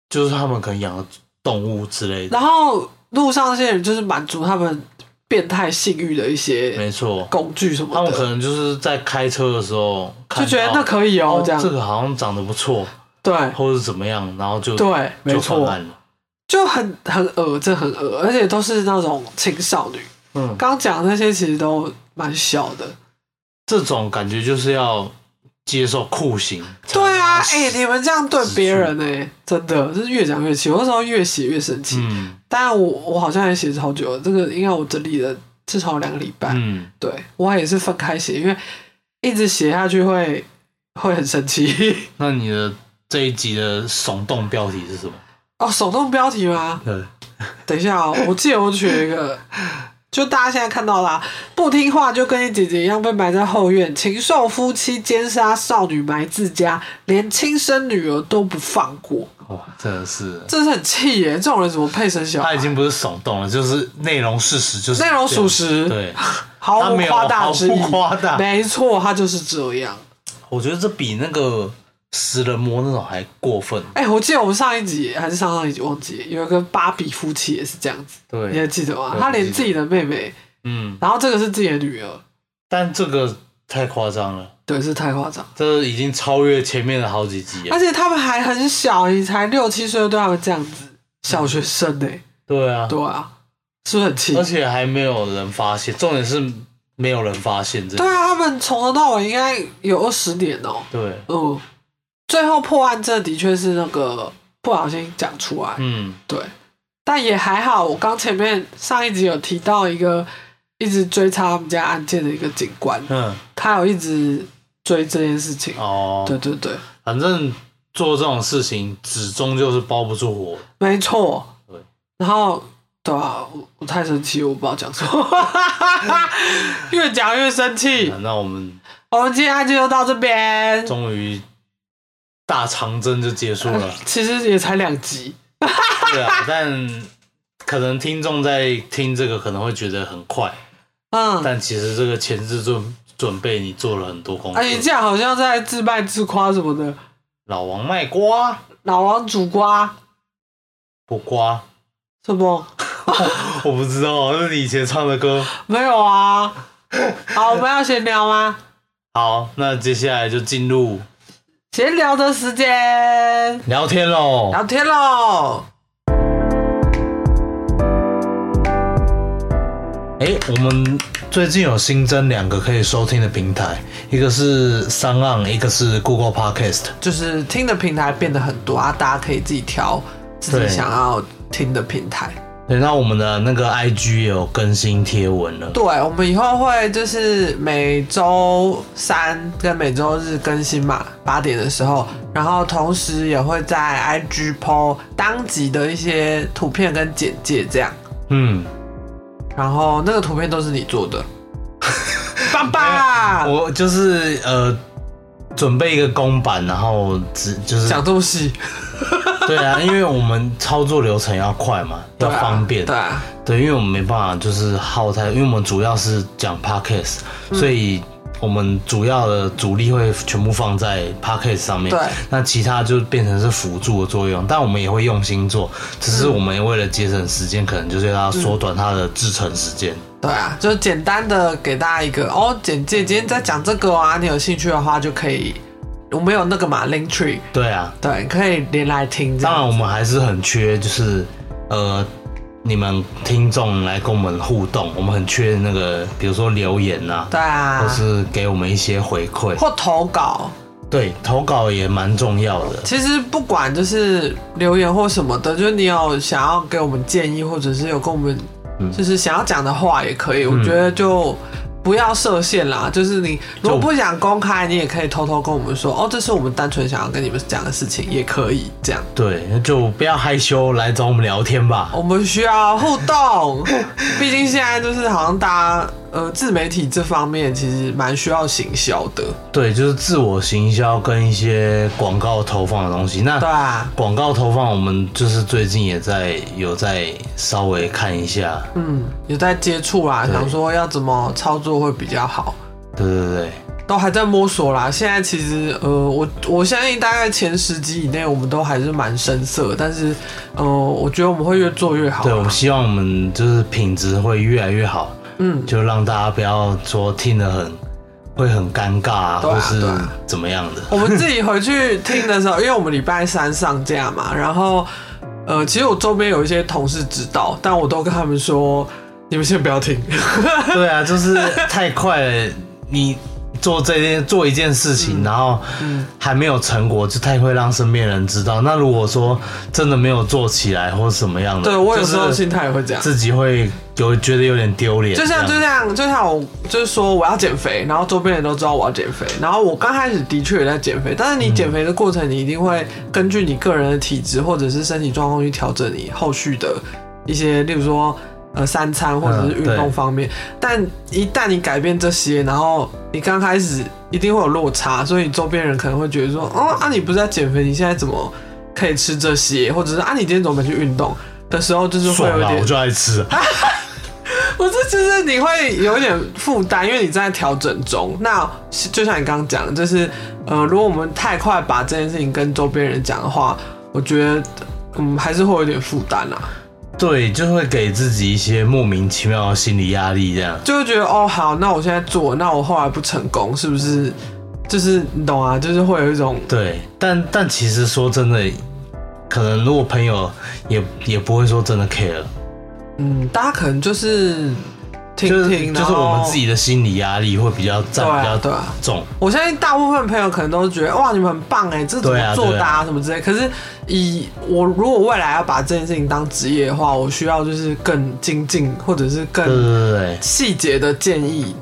[SPEAKER 2] 就是他们可能养了动物之类的。
[SPEAKER 1] 然后路上这些人就是满足他们变态性欲的一些
[SPEAKER 2] 没错，
[SPEAKER 1] 工具什么
[SPEAKER 2] 他们
[SPEAKER 1] 的，
[SPEAKER 2] 可能就是在开车的时候看
[SPEAKER 1] 就觉得
[SPEAKER 2] 到
[SPEAKER 1] 那可以哦，这样
[SPEAKER 2] 这个好像长得不错，
[SPEAKER 1] 对
[SPEAKER 2] 或者怎么样，然后就
[SPEAKER 1] 对，没
[SPEAKER 2] 就犯
[SPEAKER 1] 错，
[SPEAKER 2] 案了。
[SPEAKER 1] 就很很恶，这很恶，而且都是那种青少女。
[SPEAKER 2] 嗯，
[SPEAKER 1] 刚讲那些其实都蛮小的。
[SPEAKER 2] 这种感觉就是要接受酷刑。
[SPEAKER 1] 对啊，哎、
[SPEAKER 2] 才能
[SPEAKER 1] 你们这样对别人哎、真的，就是越讲越气，我那时候越写越生气。
[SPEAKER 2] 嗯
[SPEAKER 1] 当然我我好像也写超久了，这个应该我整理了至少两个礼拜。
[SPEAKER 2] 嗯，
[SPEAKER 1] 对我也是分开写，因为一直写下去会会很生气。
[SPEAKER 2] 那你的这一集的耸动标题是什么？
[SPEAKER 1] 哦，手动标题吗？
[SPEAKER 2] 对，
[SPEAKER 1] 等一下哦，我记得我取了一个，就大家现在看到啦、不听话就跟你姐姐一样被埋在后院，禽兽夫妻奸杀少女埋自家，连亲生女儿都不放过，
[SPEAKER 2] 哇，真的是。
[SPEAKER 1] 真是很气耶！这种人怎么配生小
[SPEAKER 2] 他
[SPEAKER 1] 孩
[SPEAKER 2] 已？经不是耸动了，就是内容事实，就是
[SPEAKER 1] 内容属实
[SPEAKER 2] 这样对，
[SPEAKER 1] 毫
[SPEAKER 2] 他
[SPEAKER 1] 无
[SPEAKER 2] 没有
[SPEAKER 1] 夸大之意
[SPEAKER 2] 毫不，夸大
[SPEAKER 1] 没错，他就是这样。
[SPEAKER 2] 我觉得这比那个食人魔那种还过分。
[SPEAKER 1] 哎、我记得我们上一集还是上上一集忘记有一个芭比夫妻也是这样子，你还
[SPEAKER 2] 对，
[SPEAKER 1] 记得吗？
[SPEAKER 2] 对
[SPEAKER 1] 他连自己的妹妹，
[SPEAKER 2] 嗯，
[SPEAKER 1] 然后这个是自己的女儿，
[SPEAKER 2] 但这个太夸张了，
[SPEAKER 1] 对，是太夸张。
[SPEAKER 2] 这已经超越前面的好几集
[SPEAKER 1] 而
[SPEAKER 2] 了。
[SPEAKER 1] 且他们还很小，你才六七岁就对他们这样子，小学生呢、
[SPEAKER 2] 对啊，
[SPEAKER 1] 对啊，是不是很气
[SPEAKER 2] 而？且还没有人发现，重点是没有人发现这
[SPEAKER 1] 对啊，他们从头到尾应该有二十年哦、
[SPEAKER 2] 对，
[SPEAKER 1] 嗯，最后破案这的确是那个不小心讲出来，
[SPEAKER 2] 嗯，
[SPEAKER 1] 对，但也还好。我刚前面上一集有提到一个一直追查我们家案件的一个警官，
[SPEAKER 2] 嗯，
[SPEAKER 1] 他有一直追这件事情。
[SPEAKER 2] 哦，
[SPEAKER 1] 对对对，
[SPEAKER 2] 反正做这种事情，始终就是包不住火。
[SPEAKER 1] 没错
[SPEAKER 2] 对。
[SPEAKER 1] 然后，对啊，我我太生气，我不知道讲什 么，越讲越生气。
[SPEAKER 2] 那我们
[SPEAKER 1] 我们今天案件就到这边，
[SPEAKER 2] 终于大长征就结束 了。
[SPEAKER 1] 其实也才两集，
[SPEAKER 2] 对啊，但可能听众在听这个可能会觉得很快，
[SPEAKER 1] 嗯。
[SPEAKER 2] 但其实这个前置准准备你做了很多功课。
[SPEAKER 1] 哎，你这样好像在自卖自夸什么的。
[SPEAKER 2] 老王卖瓜
[SPEAKER 1] 老王煮瓜
[SPEAKER 2] 不瓜，
[SPEAKER 1] 什 么？
[SPEAKER 2] 我不知道，那是你以前唱的歌。
[SPEAKER 1] 没有啊。好，我们要闲聊吗？
[SPEAKER 2] 好，那接下来就进入
[SPEAKER 1] 闲聊的时间，
[SPEAKER 2] 聊天喽。
[SPEAKER 1] 聊天喽。
[SPEAKER 2] 哎、我们最近有新增两个可以收听的平台，一个是三浪，一个是 Google Podcast。
[SPEAKER 1] 就是听的平台变得很多啊，大家可以自己挑自己
[SPEAKER 2] 对
[SPEAKER 1] 想要听的平台。
[SPEAKER 2] 对，那我们的那个 IG 也有更新贴文了。
[SPEAKER 1] 对，我们以后会就是每周三跟每周日更新嘛，八点的时候，然后同时也会在 IG PO 当集的一些图片跟简介这样，
[SPEAKER 2] 嗯，
[SPEAKER 1] 然后那个图片都是你做的，爸爸，
[SPEAKER 2] 我就是呃，准备一个公版，然后只就是
[SPEAKER 1] 讲这么细，
[SPEAKER 2] 对啊，因为我们操作流程要快嘛，
[SPEAKER 1] 对
[SPEAKER 2] 要
[SPEAKER 1] 啊
[SPEAKER 2] 方便，
[SPEAKER 1] 对啊，
[SPEAKER 2] 对因为我们没办法就是耗太，因为我们主要是讲 podcast，、所
[SPEAKER 1] 嗯
[SPEAKER 2] 以我们主要的主力会全部放在 podcast 上面，
[SPEAKER 1] 对
[SPEAKER 2] 那其他就变成是辅助的作用，但我们也会用心做，只是我们为了节省时间，可能就是要缩短它的制成时间。
[SPEAKER 1] 对啊，就是简单的给大家一个哦简介，今天在讲这个啊，你有兴趣的话就可以，我们有那个嘛 link tree，
[SPEAKER 2] 对啊，
[SPEAKER 1] 对，可以连来听这
[SPEAKER 2] 当然，
[SPEAKER 1] 样。
[SPEAKER 2] 我们还是很缺，就是呃，你们听众来跟我们互动，我们很缺那个，比如说留言呐、
[SPEAKER 1] 对
[SPEAKER 2] 或
[SPEAKER 1] 啊，
[SPEAKER 2] 是给我们一些回馈。
[SPEAKER 1] 或投稿，
[SPEAKER 2] 对，投稿也蛮重要的。
[SPEAKER 1] 其实不管就是留言或什么的，就是你有想要给我们建议，或者是有跟我们
[SPEAKER 2] 嗯
[SPEAKER 1] 就是想要讲的话也可以。我
[SPEAKER 2] 嗯
[SPEAKER 1] 觉得就不要设限啦，就是你如果
[SPEAKER 2] 就
[SPEAKER 1] 不想公开，你也可以偷偷跟我们说，哦，这是我们单纯想要跟你们讲的事情，也可以这样。
[SPEAKER 2] 对，就不要害羞，来找我们聊天吧。
[SPEAKER 1] 我们需要互 动，毕竟现在就是好像大家呃自媒体这方面其实蛮需要行销的，
[SPEAKER 2] 对，就是自我行销跟一些广告投放的东西。那
[SPEAKER 1] 对啊，
[SPEAKER 2] 广告投放，我们就是最近也在有在稍微看一下。
[SPEAKER 1] 嗯，有在接触啦，
[SPEAKER 2] 对
[SPEAKER 1] 想说要怎么操作会比较好。
[SPEAKER 2] 对对对，
[SPEAKER 1] 都还在摸索啦。现在其实，呃，我我相信大概前十集以内，我们都还是蛮生涩，但是，呃，我觉得我们会越做越好啦。
[SPEAKER 2] 对我们希望我们就是品质会越来越好，
[SPEAKER 1] 嗯，
[SPEAKER 2] 就让大家不要说听得很会很尴尬、啊，
[SPEAKER 1] 对啊
[SPEAKER 2] 或是
[SPEAKER 1] 对啊
[SPEAKER 2] 怎么样的。
[SPEAKER 1] 我们自己回去听的时候，因为我们礼拜三上架嘛，然后，呃，其实我周边有一些同事知道，但我都跟他们 说，你们先不要听。
[SPEAKER 2] 对啊，就是太快了，你做这件做一件事
[SPEAKER 1] 嗯
[SPEAKER 2] 情，然后还没有成果，就太会让身边人知道。那如果说真的没有做起来或什么样的，
[SPEAKER 1] 对我有时候
[SPEAKER 2] 就是
[SPEAKER 1] 心态也会这样。
[SPEAKER 2] 自己会有觉得有点丢脸，
[SPEAKER 1] 就像
[SPEAKER 2] 这
[SPEAKER 1] 就
[SPEAKER 2] 样
[SPEAKER 1] 像就像我就是说我要减肥，然后周边人都知道我要减肥，然后我刚开始的确也在减肥，但是你减肥的过程，你一定会根据你个人的体质或者是身体状况去调整你后续的一些，例如说呃三餐或
[SPEAKER 2] 嗯
[SPEAKER 1] 者是运动方面。但一旦你改变这些，然后你刚开始一定会有落差，所以周边人可能会觉得说，哦啊你不是在减肥，你现在怎么可以吃这些，或者是啊你今天怎么没去运动的时候，就是会有
[SPEAKER 2] 爽
[SPEAKER 1] 一
[SPEAKER 2] 了
[SPEAKER 1] 点
[SPEAKER 2] 我就 爱吃。
[SPEAKER 1] 不是，就是你会有一点负担，因为你正在调整中。那就像你刚刚讲的，就是呃，如果我们太快把这件事情跟周边人讲的话，我觉得嗯还是会有点负担啊啦，
[SPEAKER 2] 对，就会给自己一些莫名其妙的心理压力，这样。
[SPEAKER 1] 就会觉得哦好，那我现在做，那我后来不成功，是不是？就是你懂啊，就是会有一种
[SPEAKER 2] 对，但但其实说真的，可能如果朋友也也不会说真的 care，
[SPEAKER 1] 嗯，大家可能就是听
[SPEAKER 2] 就
[SPEAKER 1] 听，
[SPEAKER 2] 是就是我们自。己的心理压力会比较
[SPEAKER 1] 对
[SPEAKER 2] 占比
[SPEAKER 1] 啊，
[SPEAKER 2] 较
[SPEAKER 1] 对啊，
[SPEAKER 2] 重。
[SPEAKER 1] 我相信大部分朋友可能都觉得哇，你们很棒哎，这怎
[SPEAKER 2] 对啊
[SPEAKER 1] 么做的
[SPEAKER 2] 对
[SPEAKER 1] 啊，什么之类。可是以我如果未来要把这件事情当职业的话，我需要就是更精进或者是
[SPEAKER 2] 对
[SPEAKER 1] 更
[SPEAKER 2] 对对
[SPEAKER 1] 细节的建议，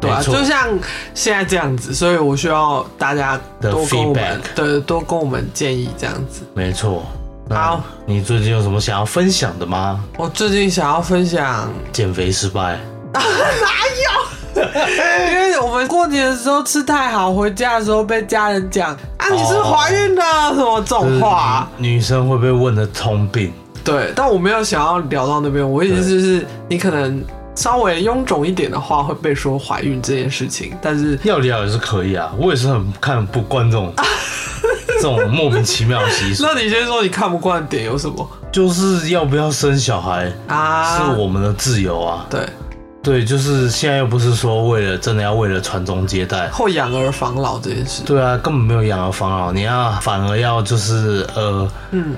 [SPEAKER 1] 对啊，
[SPEAKER 2] 嗯没错
[SPEAKER 1] 就像现在这样子，所以我需要大家
[SPEAKER 2] 的
[SPEAKER 1] 多跟我们
[SPEAKER 2] feedback
[SPEAKER 1] 对多跟我们建议这样子。
[SPEAKER 2] 对，没错。
[SPEAKER 1] 好，
[SPEAKER 2] 你最近有什么想要分享的吗？
[SPEAKER 1] 我最近想要分享，
[SPEAKER 2] 减肥失败，
[SPEAKER 1] 因为我们过年的时候吃太好，回家的时候被家人讲啊，你是不是
[SPEAKER 2] 哦
[SPEAKER 1] 怀孕了什么这种话啊、
[SPEAKER 2] 就是女女生会被问的通病。
[SPEAKER 1] 对，但我没有想要聊到那边，我意思就是你可能稍微臃肿一点的话会被说怀孕这件事情，但是
[SPEAKER 2] 要聊也是可以啊，我也是很看不惯这 种这种莫名其妙的习俗，
[SPEAKER 1] 那你先说你看不惯的点有什么
[SPEAKER 2] 就是要不要生小孩
[SPEAKER 1] 啊？
[SPEAKER 2] 是我们的自由啊。
[SPEAKER 1] 对，
[SPEAKER 2] 对，就是现在又不是说为了真的要为了传宗接代，
[SPEAKER 1] 后养儿防老这件事，
[SPEAKER 2] 对啊，根本没有养儿防老，你要反而要就是呃
[SPEAKER 1] 嗯，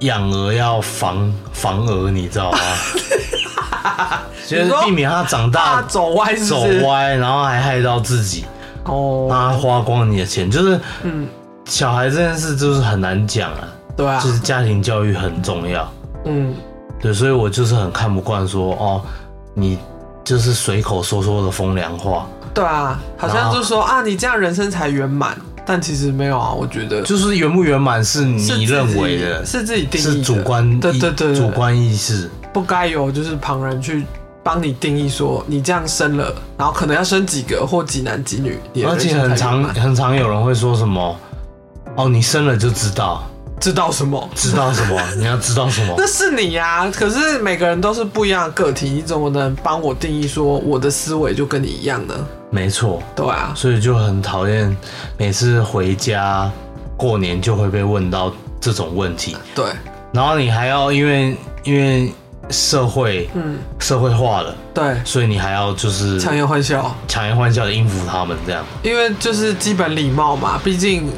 [SPEAKER 2] 养儿要防防儿，你知道吗？ 就是避免他长
[SPEAKER 1] 大
[SPEAKER 2] 大
[SPEAKER 1] 走歪是
[SPEAKER 2] 走
[SPEAKER 1] 不是？
[SPEAKER 2] 歪，然后还害到自己，
[SPEAKER 1] 哦，
[SPEAKER 2] 让他花光你的钱。就是
[SPEAKER 1] 嗯，
[SPEAKER 2] 小孩这件事就是很难讲啊，
[SPEAKER 1] 对啊
[SPEAKER 2] 就，是家庭教育很重要。
[SPEAKER 1] 嗯，
[SPEAKER 2] 对，所以我就是很看不惯说哦，你就是随口说说的风凉话。
[SPEAKER 1] 对啊，好像就说啊，你这样人生才圆满，但其实没有啊，我觉得
[SPEAKER 2] 就是圆不圆满是
[SPEAKER 1] 是
[SPEAKER 2] 你
[SPEAKER 1] 自己
[SPEAKER 2] 认为的，
[SPEAKER 1] 是自己定义的，
[SPEAKER 2] 是主观
[SPEAKER 1] 对
[SPEAKER 2] 意
[SPEAKER 1] 对对，对
[SPEAKER 2] 主观意识，
[SPEAKER 1] 不该有就是旁人去帮你定义说你这样生了，然后可能要生几个或几男几女，你的
[SPEAKER 2] 而
[SPEAKER 1] 人
[SPEAKER 2] 且
[SPEAKER 1] 生
[SPEAKER 2] 很
[SPEAKER 1] 才圆
[SPEAKER 2] 常
[SPEAKER 1] 满
[SPEAKER 2] 很常有人会说什么，哦，你生了就知道，
[SPEAKER 1] 知道什么？
[SPEAKER 2] 知道什么，你要知道什么
[SPEAKER 1] 那，是你呀、可是每个人都是不一样的个体，你怎么能帮我定义说我的思维就跟你一样呢？
[SPEAKER 2] 没错，
[SPEAKER 1] 对啊，
[SPEAKER 2] 所以就很讨厌每次回家过年就会被问到这种问题，
[SPEAKER 1] 对，
[SPEAKER 2] 然后你还要因为因为社会
[SPEAKER 1] 嗯，
[SPEAKER 2] 社会化了，
[SPEAKER 1] 对，
[SPEAKER 2] 所以你还要就是
[SPEAKER 1] 强颜欢笑，
[SPEAKER 2] 强颜欢笑的应付他们这样。
[SPEAKER 1] 因为就是基本礼貌嘛，毕竟。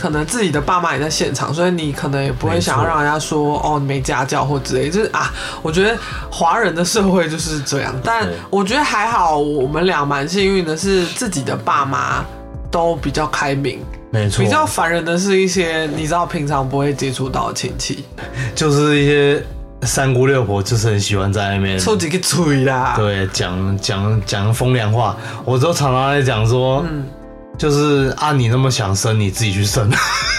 [SPEAKER 1] 可能自己的爸妈也在现场，所以你可能也不会
[SPEAKER 2] 没错
[SPEAKER 1] 想要让人家说哦你没家教或之类，就是啊，我觉得华人的社会就是这样。但
[SPEAKER 2] 对
[SPEAKER 1] 我觉得还好，我们俩蛮幸运的是自己的爸妈都比较开明。
[SPEAKER 2] 没错，
[SPEAKER 1] 比较烦人的是一些你知道平常不会接触到的亲戚，
[SPEAKER 2] 就是一些三姑六婆，就是很喜欢在那边
[SPEAKER 1] 抽几个嘴啦。
[SPEAKER 2] 对讲讲讲风凉话。我都常常在讲说，
[SPEAKER 1] 嗯
[SPEAKER 2] 就是啊，你那么想生，你自己去生，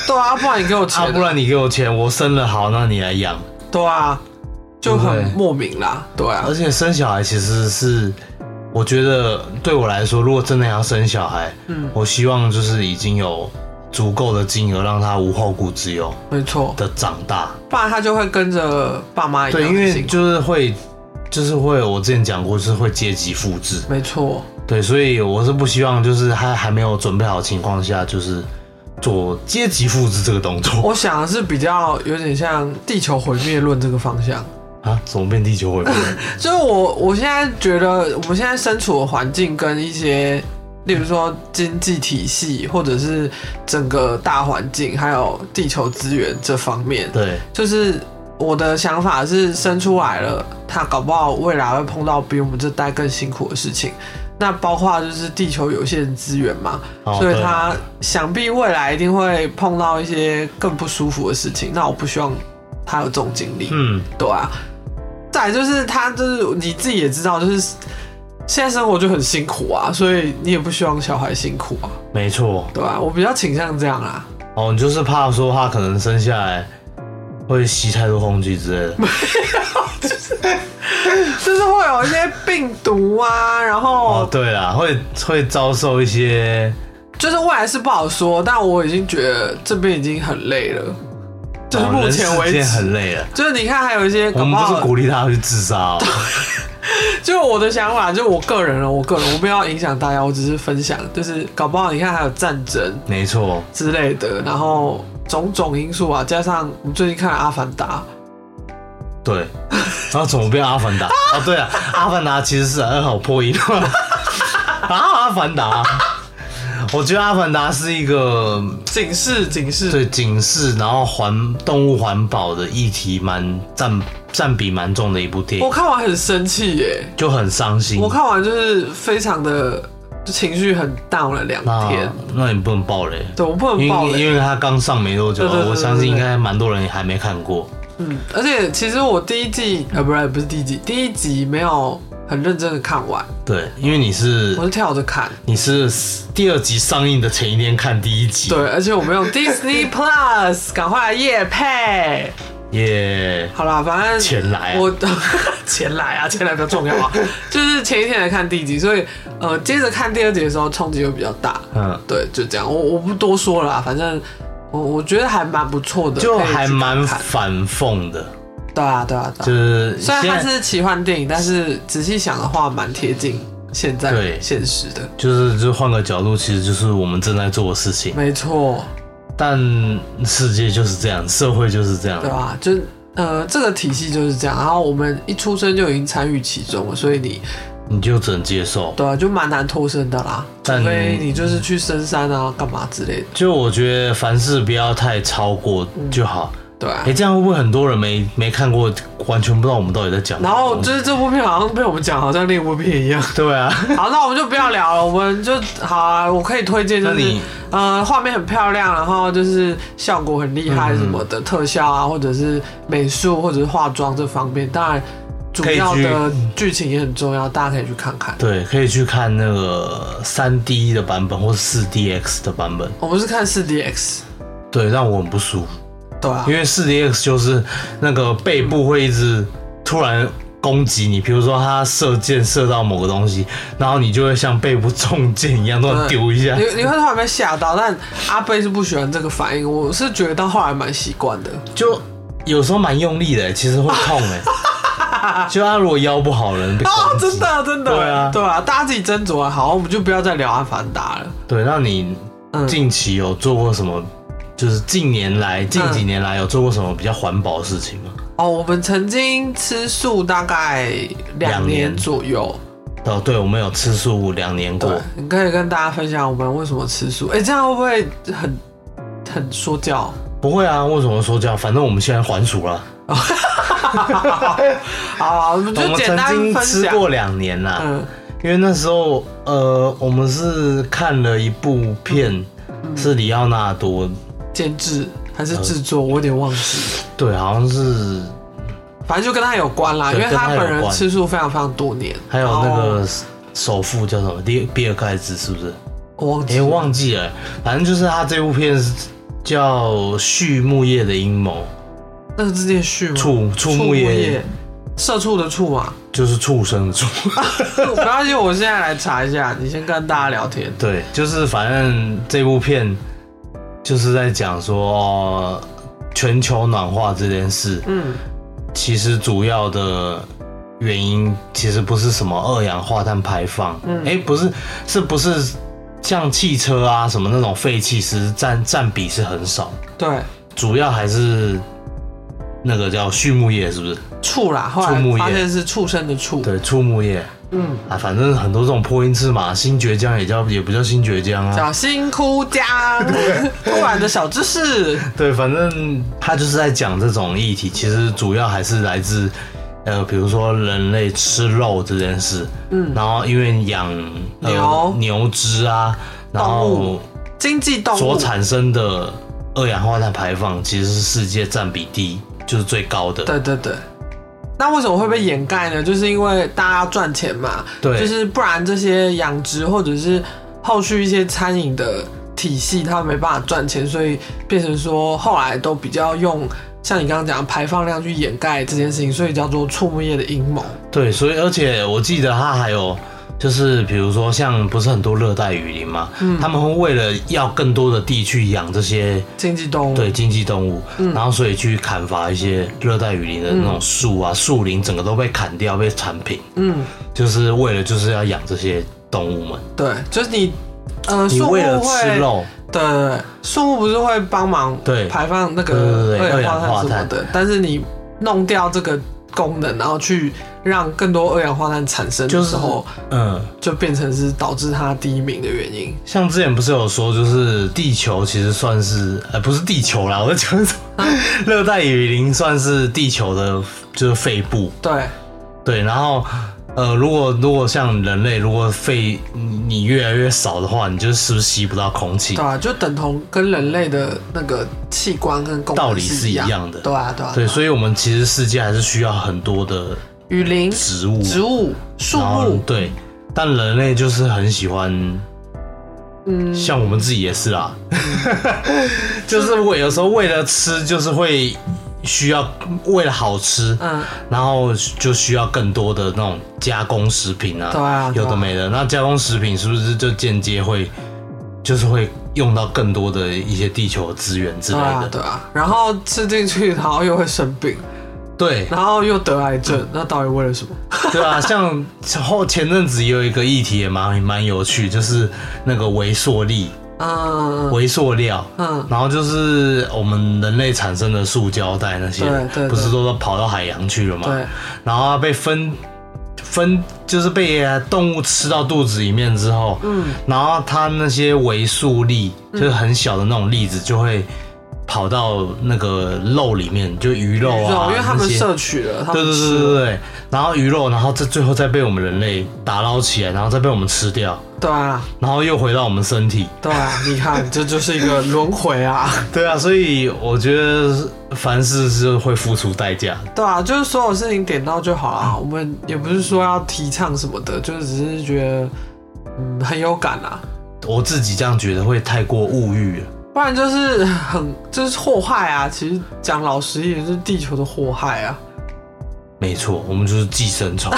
[SPEAKER 1] 对啊，不然你给我钱
[SPEAKER 2] 啊，
[SPEAKER 1] 啊，
[SPEAKER 2] 不然你给我钱，我生了好，那你来养。
[SPEAKER 1] 对啊，就
[SPEAKER 2] 对
[SPEAKER 1] 很莫名啦。对啊
[SPEAKER 2] 而，且生小孩其实是，我觉得对我来说，如果真的要生小孩，
[SPEAKER 1] 嗯
[SPEAKER 2] 我希望就是已经有足够的金额让他无后顾之忧
[SPEAKER 1] 没错，
[SPEAKER 2] 的长大。
[SPEAKER 1] 不然他就会跟着爸妈一样
[SPEAKER 2] 对，
[SPEAKER 1] 的
[SPEAKER 2] 因为
[SPEAKER 1] 哎性格
[SPEAKER 2] 就是会，就是会，我之前讲过，就是会阶级复制。
[SPEAKER 1] 没错，
[SPEAKER 2] 对，所以我是不希望就是他还没有准备好的情况下，就是做阶级复制这个动作
[SPEAKER 1] 我想的是比较有点像地球毁灭论这个方向。
[SPEAKER 2] 啊，怎么变地球毁灭？
[SPEAKER 1] 就是我我现在觉得我们现在身处的环境跟一些，例如说经济体系，或者是整个大环境，还有地球资源这方面，
[SPEAKER 2] 对，
[SPEAKER 1] 就是我的想法是生出来了，他搞不好未来会碰到比我们这代更辛苦的事情。那包括就是地球有限资源嘛，
[SPEAKER 2] 哦
[SPEAKER 1] 所以
[SPEAKER 2] 对
[SPEAKER 1] 他想必未来一定会碰到一些更不舒服的事情。那我不希望他有这种经历。
[SPEAKER 2] 嗯，
[SPEAKER 1] 对啊。再来就是他就是你自己也知道，就是现在生活就很辛苦啊，所以你也不希望小孩辛苦啊，
[SPEAKER 2] 没错。
[SPEAKER 1] 对吧、我比较倾向这样啊啦，
[SPEAKER 2] 哦，你就是怕说他可能生下来会吸太多空气之类 的。
[SPEAKER 1] 就是会有一些病毒 啊，然
[SPEAKER 2] 哦
[SPEAKER 1] 后，
[SPEAKER 2] 对啦，会会遭受一些
[SPEAKER 1] 就是未来是不好说，但我已经觉得这边已经很累了，就是
[SPEAKER 2] 哦
[SPEAKER 1] 目
[SPEAKER 2] 人
[SPEAKER 1] 前
[SPEAKER 2] 世
[SPEAKER 1] 为
[SPEAKER 2] 间
[SPEAKER 1] 止，
[SPEAKER 2] 很累了。
[SPEAKER 1] 就是你看还有一些
[SPEAKER 2] 我
[SPEAKER 1] 搞不
[SPEAKER 2] 们不是
[SPEAKER 1] 好，
[SPEAKER 2] 鼓励他去自杀 哦，
[SPEAKER 1] 就是我的想法，就是我个人了，我个人我不要影响大家，我只是分享，就是搞不好你看还有战争，
[SPEAKER 2] 没错，
[SPEAKER 1] 之类的，然后种种因素啊，加上我们最近看了《阿凡达
[SPEAKER 2] 对。 然后怎么变 阿凡达？哦，对啊，阿凡达其实是很好破 译的。啊，阿凡达，啊我觉得阿凡达是一个》，
[SPEAKER 1] 警示警示，
[SPEAKER 2] 对警示，然后环动物环保的议题蛮占占比蛮重的一部电
[SPEAKER 1] 我
[SPEAKER 2] 影，
[SPEAKER 1] 看完很生气耶、
[SPEAKER 2] 就很伤心。
[SPEAKER 1] 我看完就是非常的就情绪很 down 了两天
[SPEAKER 2] 那，那你不能爆雷。
[SPEAKER 1] 对我不能
[SPEAKER 2] 啊因
[SPEAKER 1] 爆
[SPEAKER 2] 为
[SPEAKER 1] 雷，
[SPEAKER 2] 因为他刚上没多久，
[SPEAKER 1] 对对对对
[SPEAKER 2] 我相信应该蛮多人还没看过。
[SPEAKER 1] 嗯，而且其实我第一季呃不是不是第一季，第一集没有很认真的看完，
[SPEAKER 2] 对，因为你是
[SPEAKER 1] 我是跳着看，
[SPEAKER 2] 你是第二集上映的前一天看第一集，
[SPEAKER 1] 对，而且我们用 Disney Plus，赶快来夜配。
[SPEAKER 2] 耶
[SPEAKER 1] 好啦，反正
[SPEAKER 2] 钱来啊
[SPEAKER 1] 我 钱来啊，钱来比较重要 啊。就是前一天来看第一集，所以呃，接着看第二集的时候冲击会比较大。
[SPEAKER 2] 嗯，
[SPEAKER 1] 对，就这样，我我不多说了啊，反正我我觉得还蛮不错的，
[SPEAKER 2] 就
[SPEAKER 1] 可以去
[SPEAKER 2] 还蛮
[SPEAKER 1] 看看
[SPEAKER 2] 反讽的，
[SPEAKER 1] 对啊对啊对
[SPEAKER 2] 就
[SPEAKER 1] 啊。
[SPEAKER 2] 是
[SPEAKER 1] 虽然
[SPEAKER 2] 现
[SPEAKER 1] 它
[SPEAKER 2] 在
[SPEAKER 1] 是奇幻电影，但是仔细想的话，蛮贴近现在
[SPEAKER 2] 对
[SPEAKER 1] 现实的。
[SPEAKER 2] 就是就换个角度，其实就是我们正在做的事情，
[SPEAKER 1] 没错，
[SPEAKER 2] 但世界就是这样，社会就是这样
[SPEAKER 1] 对，啊吧？就是呃，这个体系就是这样。然后我们一出生就已经参与其中了，所以你
[SPEAKER 2] 你就只能接受。
[SPEAKER 1] 对啊，就蛮难脱身的啦，除
[SPEAKER 2] 但
[SPEAKER 1] 非你就是去深山啊、干嘛之类的，
[SPEAKER 2] 就我觉得凡事不要太超过就好。
[SPEAKER 1] 对啊
[SPEAKER 2] 哎、。这样会不会很多人没没看过，完全不知道我们到底在讲什么？
[SPEAKER 1] 然后就是这部片好像被我们讲，好像另一部片一 样。
[SPEAKER 2] 对啊，
[SPEAKER 1] 好，那我们就不要聊了，我们就好啊。我可以推荐就
[SPEAKER 2] 那
[SPEAKER 1] 是
[SPEAKER 2] 你，
[SPEAKER 1] 呃，画面很漂亮，然后就是效果很厉害什么的，特效啊，或者是美术或者是化妆这方面，当然主要
[SPEAKER 2] 可以去
[SPEAKER 1] 的剧情也很重要，大家可以去看看。
[SPEAKER 2] 对，可以去看那个三 D 的版本或四 DX 的版本。
[SPEAKER 1] 我们是看四 DX，
[SPEAKER 2] 对，让我很不舒服，
[SPEAKER 1] 对啊
[SPEAKER 2] 因，为四 DX 就是那个背部会一直突然攻击你，比如说他射箭射到某个东西，然后你就会像背部中箭一样，突然丢一 下
[SPEAKER 1] 你。你会突然被吓到，但阿贝是不喜欢这个反应，我是觉得到后来蛮习惯的。
[SPEAKER 2] 就有时候蛮用力的，其实会痛哎。 就他如果腰不好人被
[SPEAKER 1] 哦，
[SPEAKER 2] 攻击，
[SPEAKER 1] 真的真的，
[SPEAKER 2] 对啊
[SPEAKER 1] 对啊，大家自己斟酌啊。好，我们就不要再聊阿凡达了。
[SPEAKER 2] 对，那你
[SPEAKER 1] 嗯
[SPEAKER 2] 近期有做过什么？就是近年来近几
[SPEAKER 1] 嗯
[SPEAKER 2] 年来有做过什么比较环保的事情吗？
[SPEAKER 1] 哦，我们曾经吃素大概两
[SPEAKER 2] 两
[SPEAKER 1] 年
[SPEAKER 2] 年
[SPEAKER 1] 左右。
[SPEAKER 2] 哦，对，我们有吃素两年
[SPEAKER 1] 对
[SPEAKER 2] 过，，
[SPEAKER 1] 你可以跟大家分享我们为什么吃素。哎，这样会不会很很说教？
[SPEAKER 2] 不会啊，为什么说这样？反正我们现在还俗了，
[SPEAKER 1] 好，我们
[SPEAKER 2] 我
[SPEAKER 1] 就
[SPEAKER 2] 们
[SPEAKER 1] 简
[SPEAKER 2] 曾
[SPEAKER 1] 单
[SPEAKER 2] 经
[SPEAKER 1] 分
[SPEAKER 2] 吃
[SPEAKER 1] 享。
[SPEAKER 2] 过两年啦，
[SPEAKER 1] 嗯，
[SPEAKER 2] 因为那时候呃，我们是看了一部片，是里奥纳多，
[SPEAKER 1] 监制还是制
[SPEAKER 2] 呃
[SPEAKER 1] 作，我有点忘记，
[SPEAKER 2] 对，好像是
[SPEAKER 1] 反正就跟他有关啦，因
[SPEAKER 2] 对
[SPEAKER 1] 为他
[SPEAKER 2] 跟他有
[SPEAKER 1] 本人
[SPEAKER 2] 关
[SPEAKER 1] 次数非常非常多年，
[SPEAKER 2] 还有那
[SPEAKER 1] 然后
[SPEAKER 2] 个首富叫什么，比比尔盖茨是不是？
[SPEAKER 1] 我哎忘
[SPEAKER 2] 也、
[SPEAKER 1] 记了
[SPEAKER 2] 忘记了，反正就是他这部片是叫《畜牧业的阴谋
[SPEAKER 1] 那个字念畜吗？》，
[SPEAKER 2] 畜畜
[SPEAKER 1] 木
[SPEAKER 2] 牧业，
[SPEAKER 1] 社畜的畜 嘛。
[SPEAKER 2] 就是畜生的畜，
[SPEAKER 1] 没关系，我现在来查一下，你先跟大家聊天。
[SPEAKER 2] 对，就是反正这部片就是在讲说、哦全球暖化这件事，
[SPEAKER 1] 嗯，
[SPEAKER 2] 其实主要的原因其实不是什么二氧化碳排放，哎、不是，是不是像汽车啊什么那种废气，其实占占比是很少，
[SPEAKER 1] 对，
[SPEAKER 2] 主要还是那个叫畜牧业，是不是？
[SPEAKER 1] 畜啦，后来
[SPEAKER 2] 畜牧业
[SPEAKER 1] 发现是畜生的畜。
[SPEAKER 2] 对，畜牧业
[SPEAKER 1] 嗯，
[SPEAKER 2] 啊，反正很多这种破音字嘛，新爵江也叫，也不叫新爵江啊，
[SPEAKER 1] 叫新枯 江，突然的小知识。
[SPEAKER 2] 对，反正他就是在讲这种议题，其实主要还是来自，呃，比如说人类吃肉这件事，嗯，然后因为养、呃
[SPEAKER 1] 牛
[SPEAKER 2] 牛只啊，然
[SPEAKER 1] 动
[SPEAKER 2] 后
[SPEAKER 1] 物经济动
[SPEAKER 2] 所
[SPEAKER 1] 物，
[SPEAKER 2] 产生的二氧化碳排放其实是世界占比第一，就是最高的，
[SPEAKER 1] 对对对。那为什么会被掩盖呢？就是因为大家要赚钱嘛，
[SPEAKER 2] 对
[SPEAKER 1] 就是不然这些养殖或者是后续一些餐饮的体系，它没办法赚钱，所以变成说后来都比较用像你刚刚讲的排放量去掩盖这件事情，所以叫做畜牧业的阴谋。
[SPEAKER 2] 对，所以而且我记得它还有。就是比如说，像不是很多热带雨林嘛，
[SPEAKER 1] 嗯
[SPEAKER 2] 他们会为了要更多的地去养这些
[SPEAKER 1] 经济动物，嗯
[SPEAKER 2] 对经济动物，然后所以去砍伐一些热带雨林的那种树啊、树林，整个都被砍掉，被铲平，
[SPEAKER 1] 嗯，
[SPEAKER 2] 就是为了就是要养这些动物们。
[SPEAKER 1] 对，就是你，呃，
[SPEAKER 2] 你
[SPEAKER 1] 树木
[SPEAKER 2] 为了
[SPEAKER 1] 会
[SPEAKER 2] 吃肉，
[SPEAKER 1] 对对，对树木不是会帮忙
[SPEAKER 2] 对
[SPEAKER 1] 排放那
[SPEAKER 2] 对对
[SPEAKER 1] 个
[SPEAKER 2] 对
[SPEAKER 1] 二氧化
[SPEAKER 2] 二氧化
[SPEAKER 1] 碳什么
[SPEAKER 2] 碳
[SPEAKER 1] 的，但是你弄掉这个功能，然后去让更多二氧化碳产生的
[SPEAKER 2] 就是
[SPEAKER 1] 时候，
[SPEAKER 2] 嗯，
[SPEAKER 1] 就变成是导致它第一名的原因。
[SPEAKER 2] 像之前不是有说，就是地球其实算是，呃，不是地球啦， 我讲什
[SPEAKER 1] 啊
[SPEAKER 2] 么？热带雨林算是地球的，就是肺部。
[SPEAKER 1] 对，啊
[SPEAKER 2] 对，然后。呃，如果如果像人类，如果肺你你越来越少的话，你就是不是吸不到空气
[SPEAKER 1] 对？啊，就等同跟人类的那个器官跟功能
[SPEAKER 2] 道理
[SPEAKER 1] 是
[SPEAKER 2] 是一
[SPEAKER 1] 样
[SPEAKER 2] 样的
[SPEAKER 1] 对啊，对啊，
[SPEAKER 2] 对，
[SPEAKER 1] 啊
[SPEAKER 2] 所以我们其实世界还是需要很多的
[SPEAKER 1] 雨林、
[SPEAKER 2] 植物，
[SPEAKER 1] 植物、树
[SPEAKER 2] 然后
[SPEAKER 1] 木，
[SPEAKER 2] 对，但人类就是很喜欢，嗯，像我们自己也是啦，
[SPEAKER 1] 嗯
[SPEAKER 2] 就是我有时候为了吃，就是会需要为了好吃，
[SPEAKER 1] 嗯，
[SPEAKER 2] 然后就需要更多的那种加工食品啊，
[SPEAKER 1] 对啊对啊
[SPEAKER 2] 有的没的。那加工食品是不是就间接会，就是会用到更多的一些地球资源之类
[SPEAKER 1] 对啊
[SPEAKER 2] 的，？
[SPEAKER 1] 对啊，然后吃进去，然后又会生病，
[SPEAKER 2] 对，
[SPEAKER 1] 然后又得癌
[SPEAKER 2] 嗯
[SPEAKER 1] 症，那到底为了什么？
[SPEAKER 2] 对啊，像后前阵子也有一个议题也蛮蛮有趣，就是那个微塑粒、
[SPEAKER 1] 嗯
[SPEAKER 2] 微塑料，
[SPEAKER 1] 嗯，
[SPEAKER 2] 然后就是我们人类产生的塑胶袋那些
[SPEAKER 1] 对对对，
[SPEAKER 2] 不是说都跑到海洋去了嘛？
[SPEAKER 1] 对，
[SPEAKER 2] 然后它被分分就是被动物吃到肚子里面之后，嗯，然后它那些微塑粒就是很小的那种粒子就会跑到那个肉里面，就鱼肉
[SPEAKER 1] 鱼
[SPEAKER 2] 啊，
[SPEAKER 1] 嗯肉因为他们
[SPEAKER 2] 那些
[SPEAKER 1] 摄取了，他
[SPEAKER 2] 对
[SPEAKER 1] 们
[SPEAKER 2] 对对
[SPEAKER 1] 吃
[SPEAKER 2] 对
[SPEAKER 1] 了，
[SPEAKER 2] 对，然后鱼肉，然后这最后再被我们人类打捞起来，然后再被我们吃掉，
[SPEAKER 1] 对啊，
[SPEAKER 2] 然后又回到我们身体。
[SPEAKER 1] 对啊，你看这就是一个轮回啊，
[SPEAKER 2] 对啊，所以我觉得凡事是会付出代价。
[SPEAKER 1] 对啊，就是所有事情点到就好啊啦。我们也不是说要提倡什么的，就是只是觉得嗯很有感啊，
[SPEAKER 2] 我自己这样觉得会太过物欲了。
[SPEAKER 1] 不然就是很就是祸害啊。其实讲老实一点，就是地球的祸害啊。
[SPEAKER 2] 没错，我们就是寄 生虫，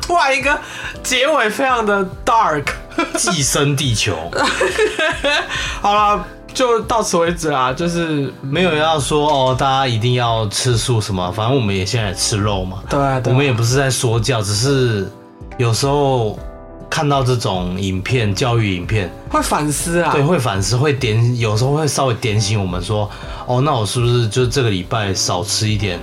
[SPEAKER 1] 突然一个结尾非常的 dark，
[SPEAKER 2] 寄生地球。
[SPEAKER 1] 好了，就到此为止啦，就是嗯
[SPEAKER 2] 没有要说哦，大家一定要吃素什么，反正我们也现在也吃肉嘛。
[SPEAKER 1] 对啊，
[SPEAKER 2] 我
[SPEAKER 1] 对啊
[SPEAKER 2] 们也不是在说教，只是有时候看到这种影片、教育影片，
[SPEAKER 1] 会反思啊，
[SPEAKER 2] 对，会反思，会点，有时候会稍微点醒我们说，哦，那我是不是就这个礼拜少吃一点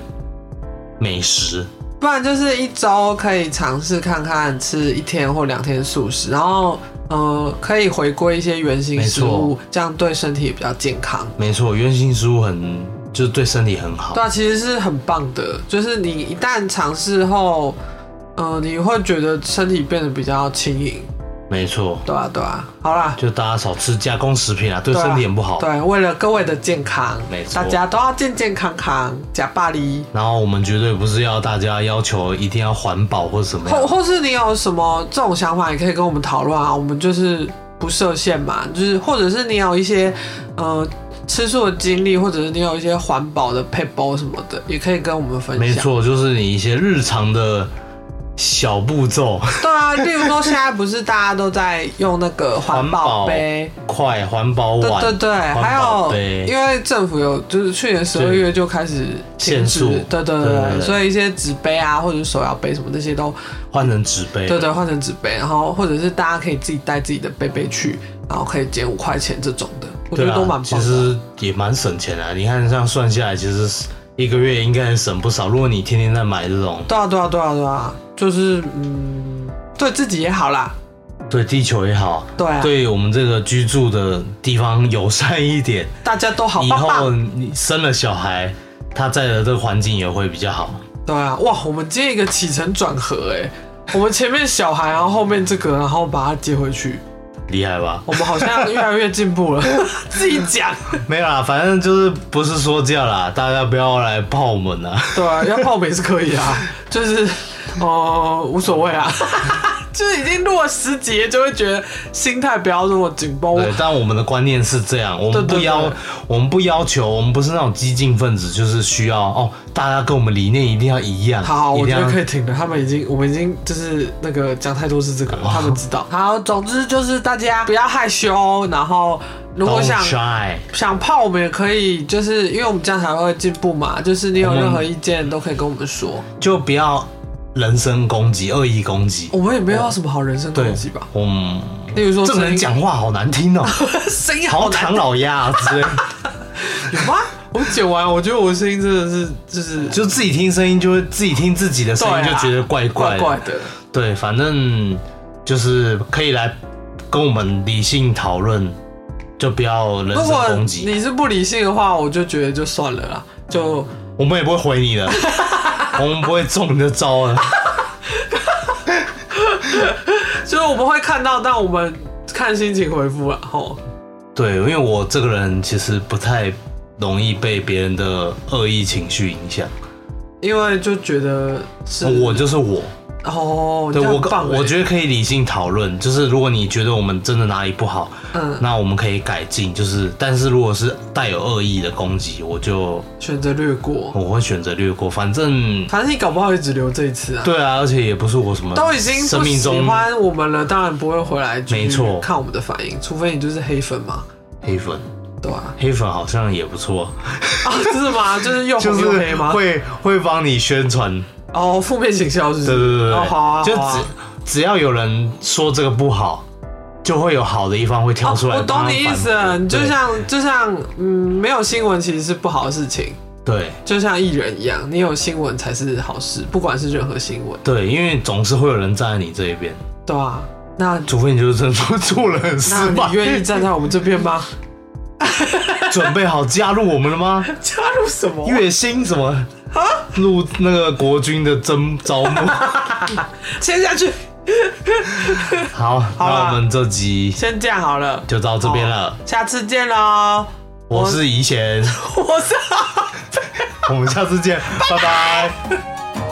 [SPEAKER 2] 美食？
[SPEAKER 1] 不然就是一周可以尝试看看吃一天或两天素食，然后呃可以回归一些原形食
[SPEAKER 2] 没
[SPEAKER 1] 物，这样对身体也比较健康。啊
[SPEAKER 2] 没错，原型食物很，就是对身体很好
[SPEAKER 1] 对。啊，其实是很棒的，就是你一旦尝试后，呃，你会觉得身体变得比较轻盈，
[SPEAKER 2] 没错，
[SPEAKER 1] 对啊，对啊。好啦，
[SPEAKER 2] 就大家少吃加工食品啊，对
[SPEAKER 1] 对啊
[SPEAKER 2] 身体很不好。
[SPEAKER 1] 对，为了各位的健康
[SPEAKER 2] 没，错
[SPEAKER 1] 大家都要健健康康，假巴黎。
[SPEAKER 2] 然后我们绝对不是要大家要求一定要环保或者什么
[SPEAKER 1] 或
[SPEAKER 2] 样，
[SPEAKER 1] 或是你有什么这种想法，也可以跟我们讨论啊。我们就是不设限嘛，就是或者是你有一些呃吃素的经历，或者是你有一些环保的配包什么的，也可以跟我们分享。
[SPEAKER 2] 没，错，就是你一些日常的小步骤，
[SPEAKER 1] 对啊，例如说现在不是大家都在用那个环保杯。
[SPEAKER 2] 快环保
[SPEAKER 1] 对
[SPEAKER 2] 碗，
[SPEAKER 1] 对对，
[SPEAKER 2] 环
[SPEAKER 1] 还
[SPEAKER 2] 保
[SPEAKER 1] 有
[SPEAKER 2] 杯，
[SPEAKER 1] 因为政府有，就是去年十二
[SPEAKER 2] 对
[SPEAKER 1] 月就开始
[SPEAKER 2] 限
[SPEAKER 1] 停止
[SPEAKER 2] 塑
[SPEAKER 1] 对对
[SPEAKER 2] 对对对
[SPEAKER 1] 对，所以一些纸杯啊，或者是手摇杯什么那些都
[SPEAKER 2] 换成纸杯，
[SPEAKER 1] 对对，换成纸杯，然后或者是大家可以自己带自己的杯杯去，然后可以减五块钱这种的，我觉
[SPEAKER 2] 对
[SPEAKER 1] 得
[SPEAKER 2] 啊，
[SPEAKER 1] 都蛮
[SPEAKER 2] 其
[SPEAKER 1] 棒的。
[SPEAKER 2] 实也蛮省钱的、啊。你看这样算下来，其实是一个月应该省不少。如果你天天在买这种，
[SPEAKER 1] 对啊对啊对啊对啊，就是嗯，对自己也好啦，
[SPEAKER 2] 对地球也好，
[SPEAKER 1] 对啊，
[SPEAKER 2] 对我们这个居住的地方友善 一点，
[SPEAKER 1] 大家都好
[SPEAKER 2] 以
[SPEAKER 1] 棒
[SPEAKER 2] 后
[SPEAKER 1] 棒。
[SPEAKER 2] 你生了小孩，他在的这个环境也会比较好。
[SPEAKER 1] 对啊，哇，我们今天一个起承转合哎、我们前面小孩，然后后面这个，然后把它接回去，
[SPEAKER 2] 厉 害吧？
[SPEAKER 1] 我们好像越来越进步了。 自己讲，
[SPEAKER 2] 没有啦，反正就是不是说教啦，大家不要来泡我们啦。
[SPEAKER 1] 对啊，要泡美是可以 啊，就是哦、呃无所谓啊， 就是已经录了十集，就会觉得心态不要那么紧绷。
[SPEAKER 2] 对，但我们的观念是这样，我
[SPEAKER 1] 哦
[SPEAKER 2] 们
[SPEAKER 1] 对
[SPEAKER 2] 不
[SPEAKER 1] 对
[SPEAKER 2] 要，
[SPEAKER 1] 对
[SPEAKER 2] 我们不要求，我们不是那种激进分子，就是需要哦，大家跟我们理念一定要一样。
[SPEAKER 1] 好，
[SPEAKER 2] 一
[SPEAKER 1] 我
[SPEAKER 2] 定
[SPEAKER 1] 觉
[SPEAKER 2] 要
[SPEAKER 1] 得可以停了。他们已经，我们已经就是那个讲太多次这个
[SPEAKER 2] 哦
[SPEAKER 1] 了，他们知道。好，总之就是大家不要害羞，然后如果
[SPEAKER 2] Don't
[SPEAKER 1] 想
[SPEAKER 2] shy，
[SPEAKER 1] 想泡，我们也可以，就是因为我们这样才会进步嘛。就是你有任何意见都可以跟我们说，
[SPEAKER 2] 就不要人身攻击、恶意攻击。
[SPEAKER 1] 我们也没有什么好人身
[SPEAKER 2] 对
[SPEAKER 1] 攻击吧。，
[SPEAKER 2] 嗯，
[SPEAKER 1] 例如说
[SPEAKER 2] 这个
[SPEAKER 1] 声
[SPEAKER 2] 人
[SPEAKER 1] 音，
[SPEAKER 2] 讲话好难听哦、
[SPEAKER 1] 声音
[SPEAKER 2] 好
[SPEAKER 1] 好难
[SPEAKER 2] 唐老鸭啊之 类的，
[SPEAKER 1] 有吗？ 我剪完，我觉得我的声音真的是就是
[SPEAKER 2] 就自己听声音就会自己听自己的声音
[SPEAKER 1] 对
[SPEAKER 2] 就
[SPEAKER 1] 啊
[SPEAKER 2] 觉得怪
[SPEAKER 1] 怪
[SPEAKER 2] 的。
[SPEAKER 1] 怪的。
[SPEAKER 2] 对，反正就是可以来跟我们理性讨论，就不要人
[SPEAKER 1] 如
[SPEAKER 2] 身
[SPEAKER 1] 果
[SPEAKER 2] 攻击，
[SPEAKER 1] 你是不理性的话，我就觉得就算了啦，就
[SPEAKER 2] 我们也不会回你 的，我们不会中你的招啊的。
[SPEAKER 1] 就是我们会看到，但我们看心情回复啦。啊吼。
[SPEAKER 2] 对，因为我这个人其实不太容易被别人的恶意情绪影响，
[SPEAKER 1] 因为就觉得是
[SPEAKER 2] 我就是我。
[SPEAKER 1] 哦，
[SPEAKER 2] 对
[SPEAKER 1] 你
[SPEAKER 2] 我
[SPEAKER 1] 很棒欸，
[SPEAKER 2] 我觉得可以理性讨论，就是如果你觉得我们真的哪里不好，
[SPEAKER 1] 嗯，
[SPEAKER 2] 那我们可以改进。就是，但是如果是带有恶意的攻击，我就
[SPEAKER 1] 选择略过，
[SPEAKER 2] 我会选择略过。反正
[SPEAKER 1] 反正你搞不好也只留这一次啊。
[SPEAKER 2] 对啊，而且也不是我什么
[SPEAKER 1] 都已经
[SPEAKER 2] 生
[SPEAKER 1] 不
[SPEAKER 2] 命
[SPEAKER 1] 喜
[SPEAKER 2] 中
[SPEAKER 1] 欢我们了，当然不会回来继续
[SPEAKER 2] 没错
[SPEAKER 1] 看我们的反应，除非你就是黑粉嘛，
[SPEAKER 2] 黑粉，
[SPEAKER 1] 对吧、
[SPEAKER 2] 黑粉好像也不错，
[SPEAKER 1] 啊？ 是吗？就是又
[SPEAKER 2] 就
[SPEAKER 1] 红又黑
[SPEAKER 2] 是
[SPEAKER 1] 吗？
[SPEAKER 2] 会会帮你宣传，
[SPEAKER 1] 哦，负面形象是不是？
[SPEAKER 2] 对对对对，
[SPEAKER 1] 哦，好啊，
[SPEAKER 2] 就
[SPEAKER 1] 好啊
[SPEAKER 2] 只只要有人说这个不好，就会有好的一方会跳出来
[SPEAKER 1] 哦。我
[SPEAKER 2] 帮
[SPEAKER 1] 懂
[SPEAKER 2] 他
[SPEAKER 1] 你意
[SPEAKER 2] 反
[SPEAKER 1] 思
[SPEAKER 2] 驳
[SPEAKER 1] 了，你就
[SPEAKER 2] 对
[SPEAKER 1] 像就像嗯，没有新闻其实是不好的事情，
[SPEAKER 2] 对
[SPEAKER 1] 就像艺人一样，你有新闻才是好事，不管是任何新闻，
[SPEAKER 2] 对，因为总是会有人站在你这一边，
[SPEAKER 1] 对啊，那
[SPEAKER 2] 除非你就是真的做了很失
[SPEAKER 1] 那
[SPEAKER 2] 败
[SPEAKER 1] 你。 愿意站在我们这边吗？
[SPEAKER 2] 准备好加入我们了吗？
[SPEAKER 1] 加入什么
[SPEAKER 2] 月薪什么啊？入那个国军的征招 募。
[SPEAKER 1] 先下去，
[SPEAKER 2] 好，那
[SPEAKER 1] 啦
[SPEAKER 2] 我们这集
[SPEAKER 1] 先这样好了，
[SPEAKER 2] 就到这边了。
[SPEAKER 1] 下次见喽。
[SPEAKER 2] 我 是怡贤，
[SPEAKER 1] 我是。
[SPEAKER 2] 我们下次见，拜拜。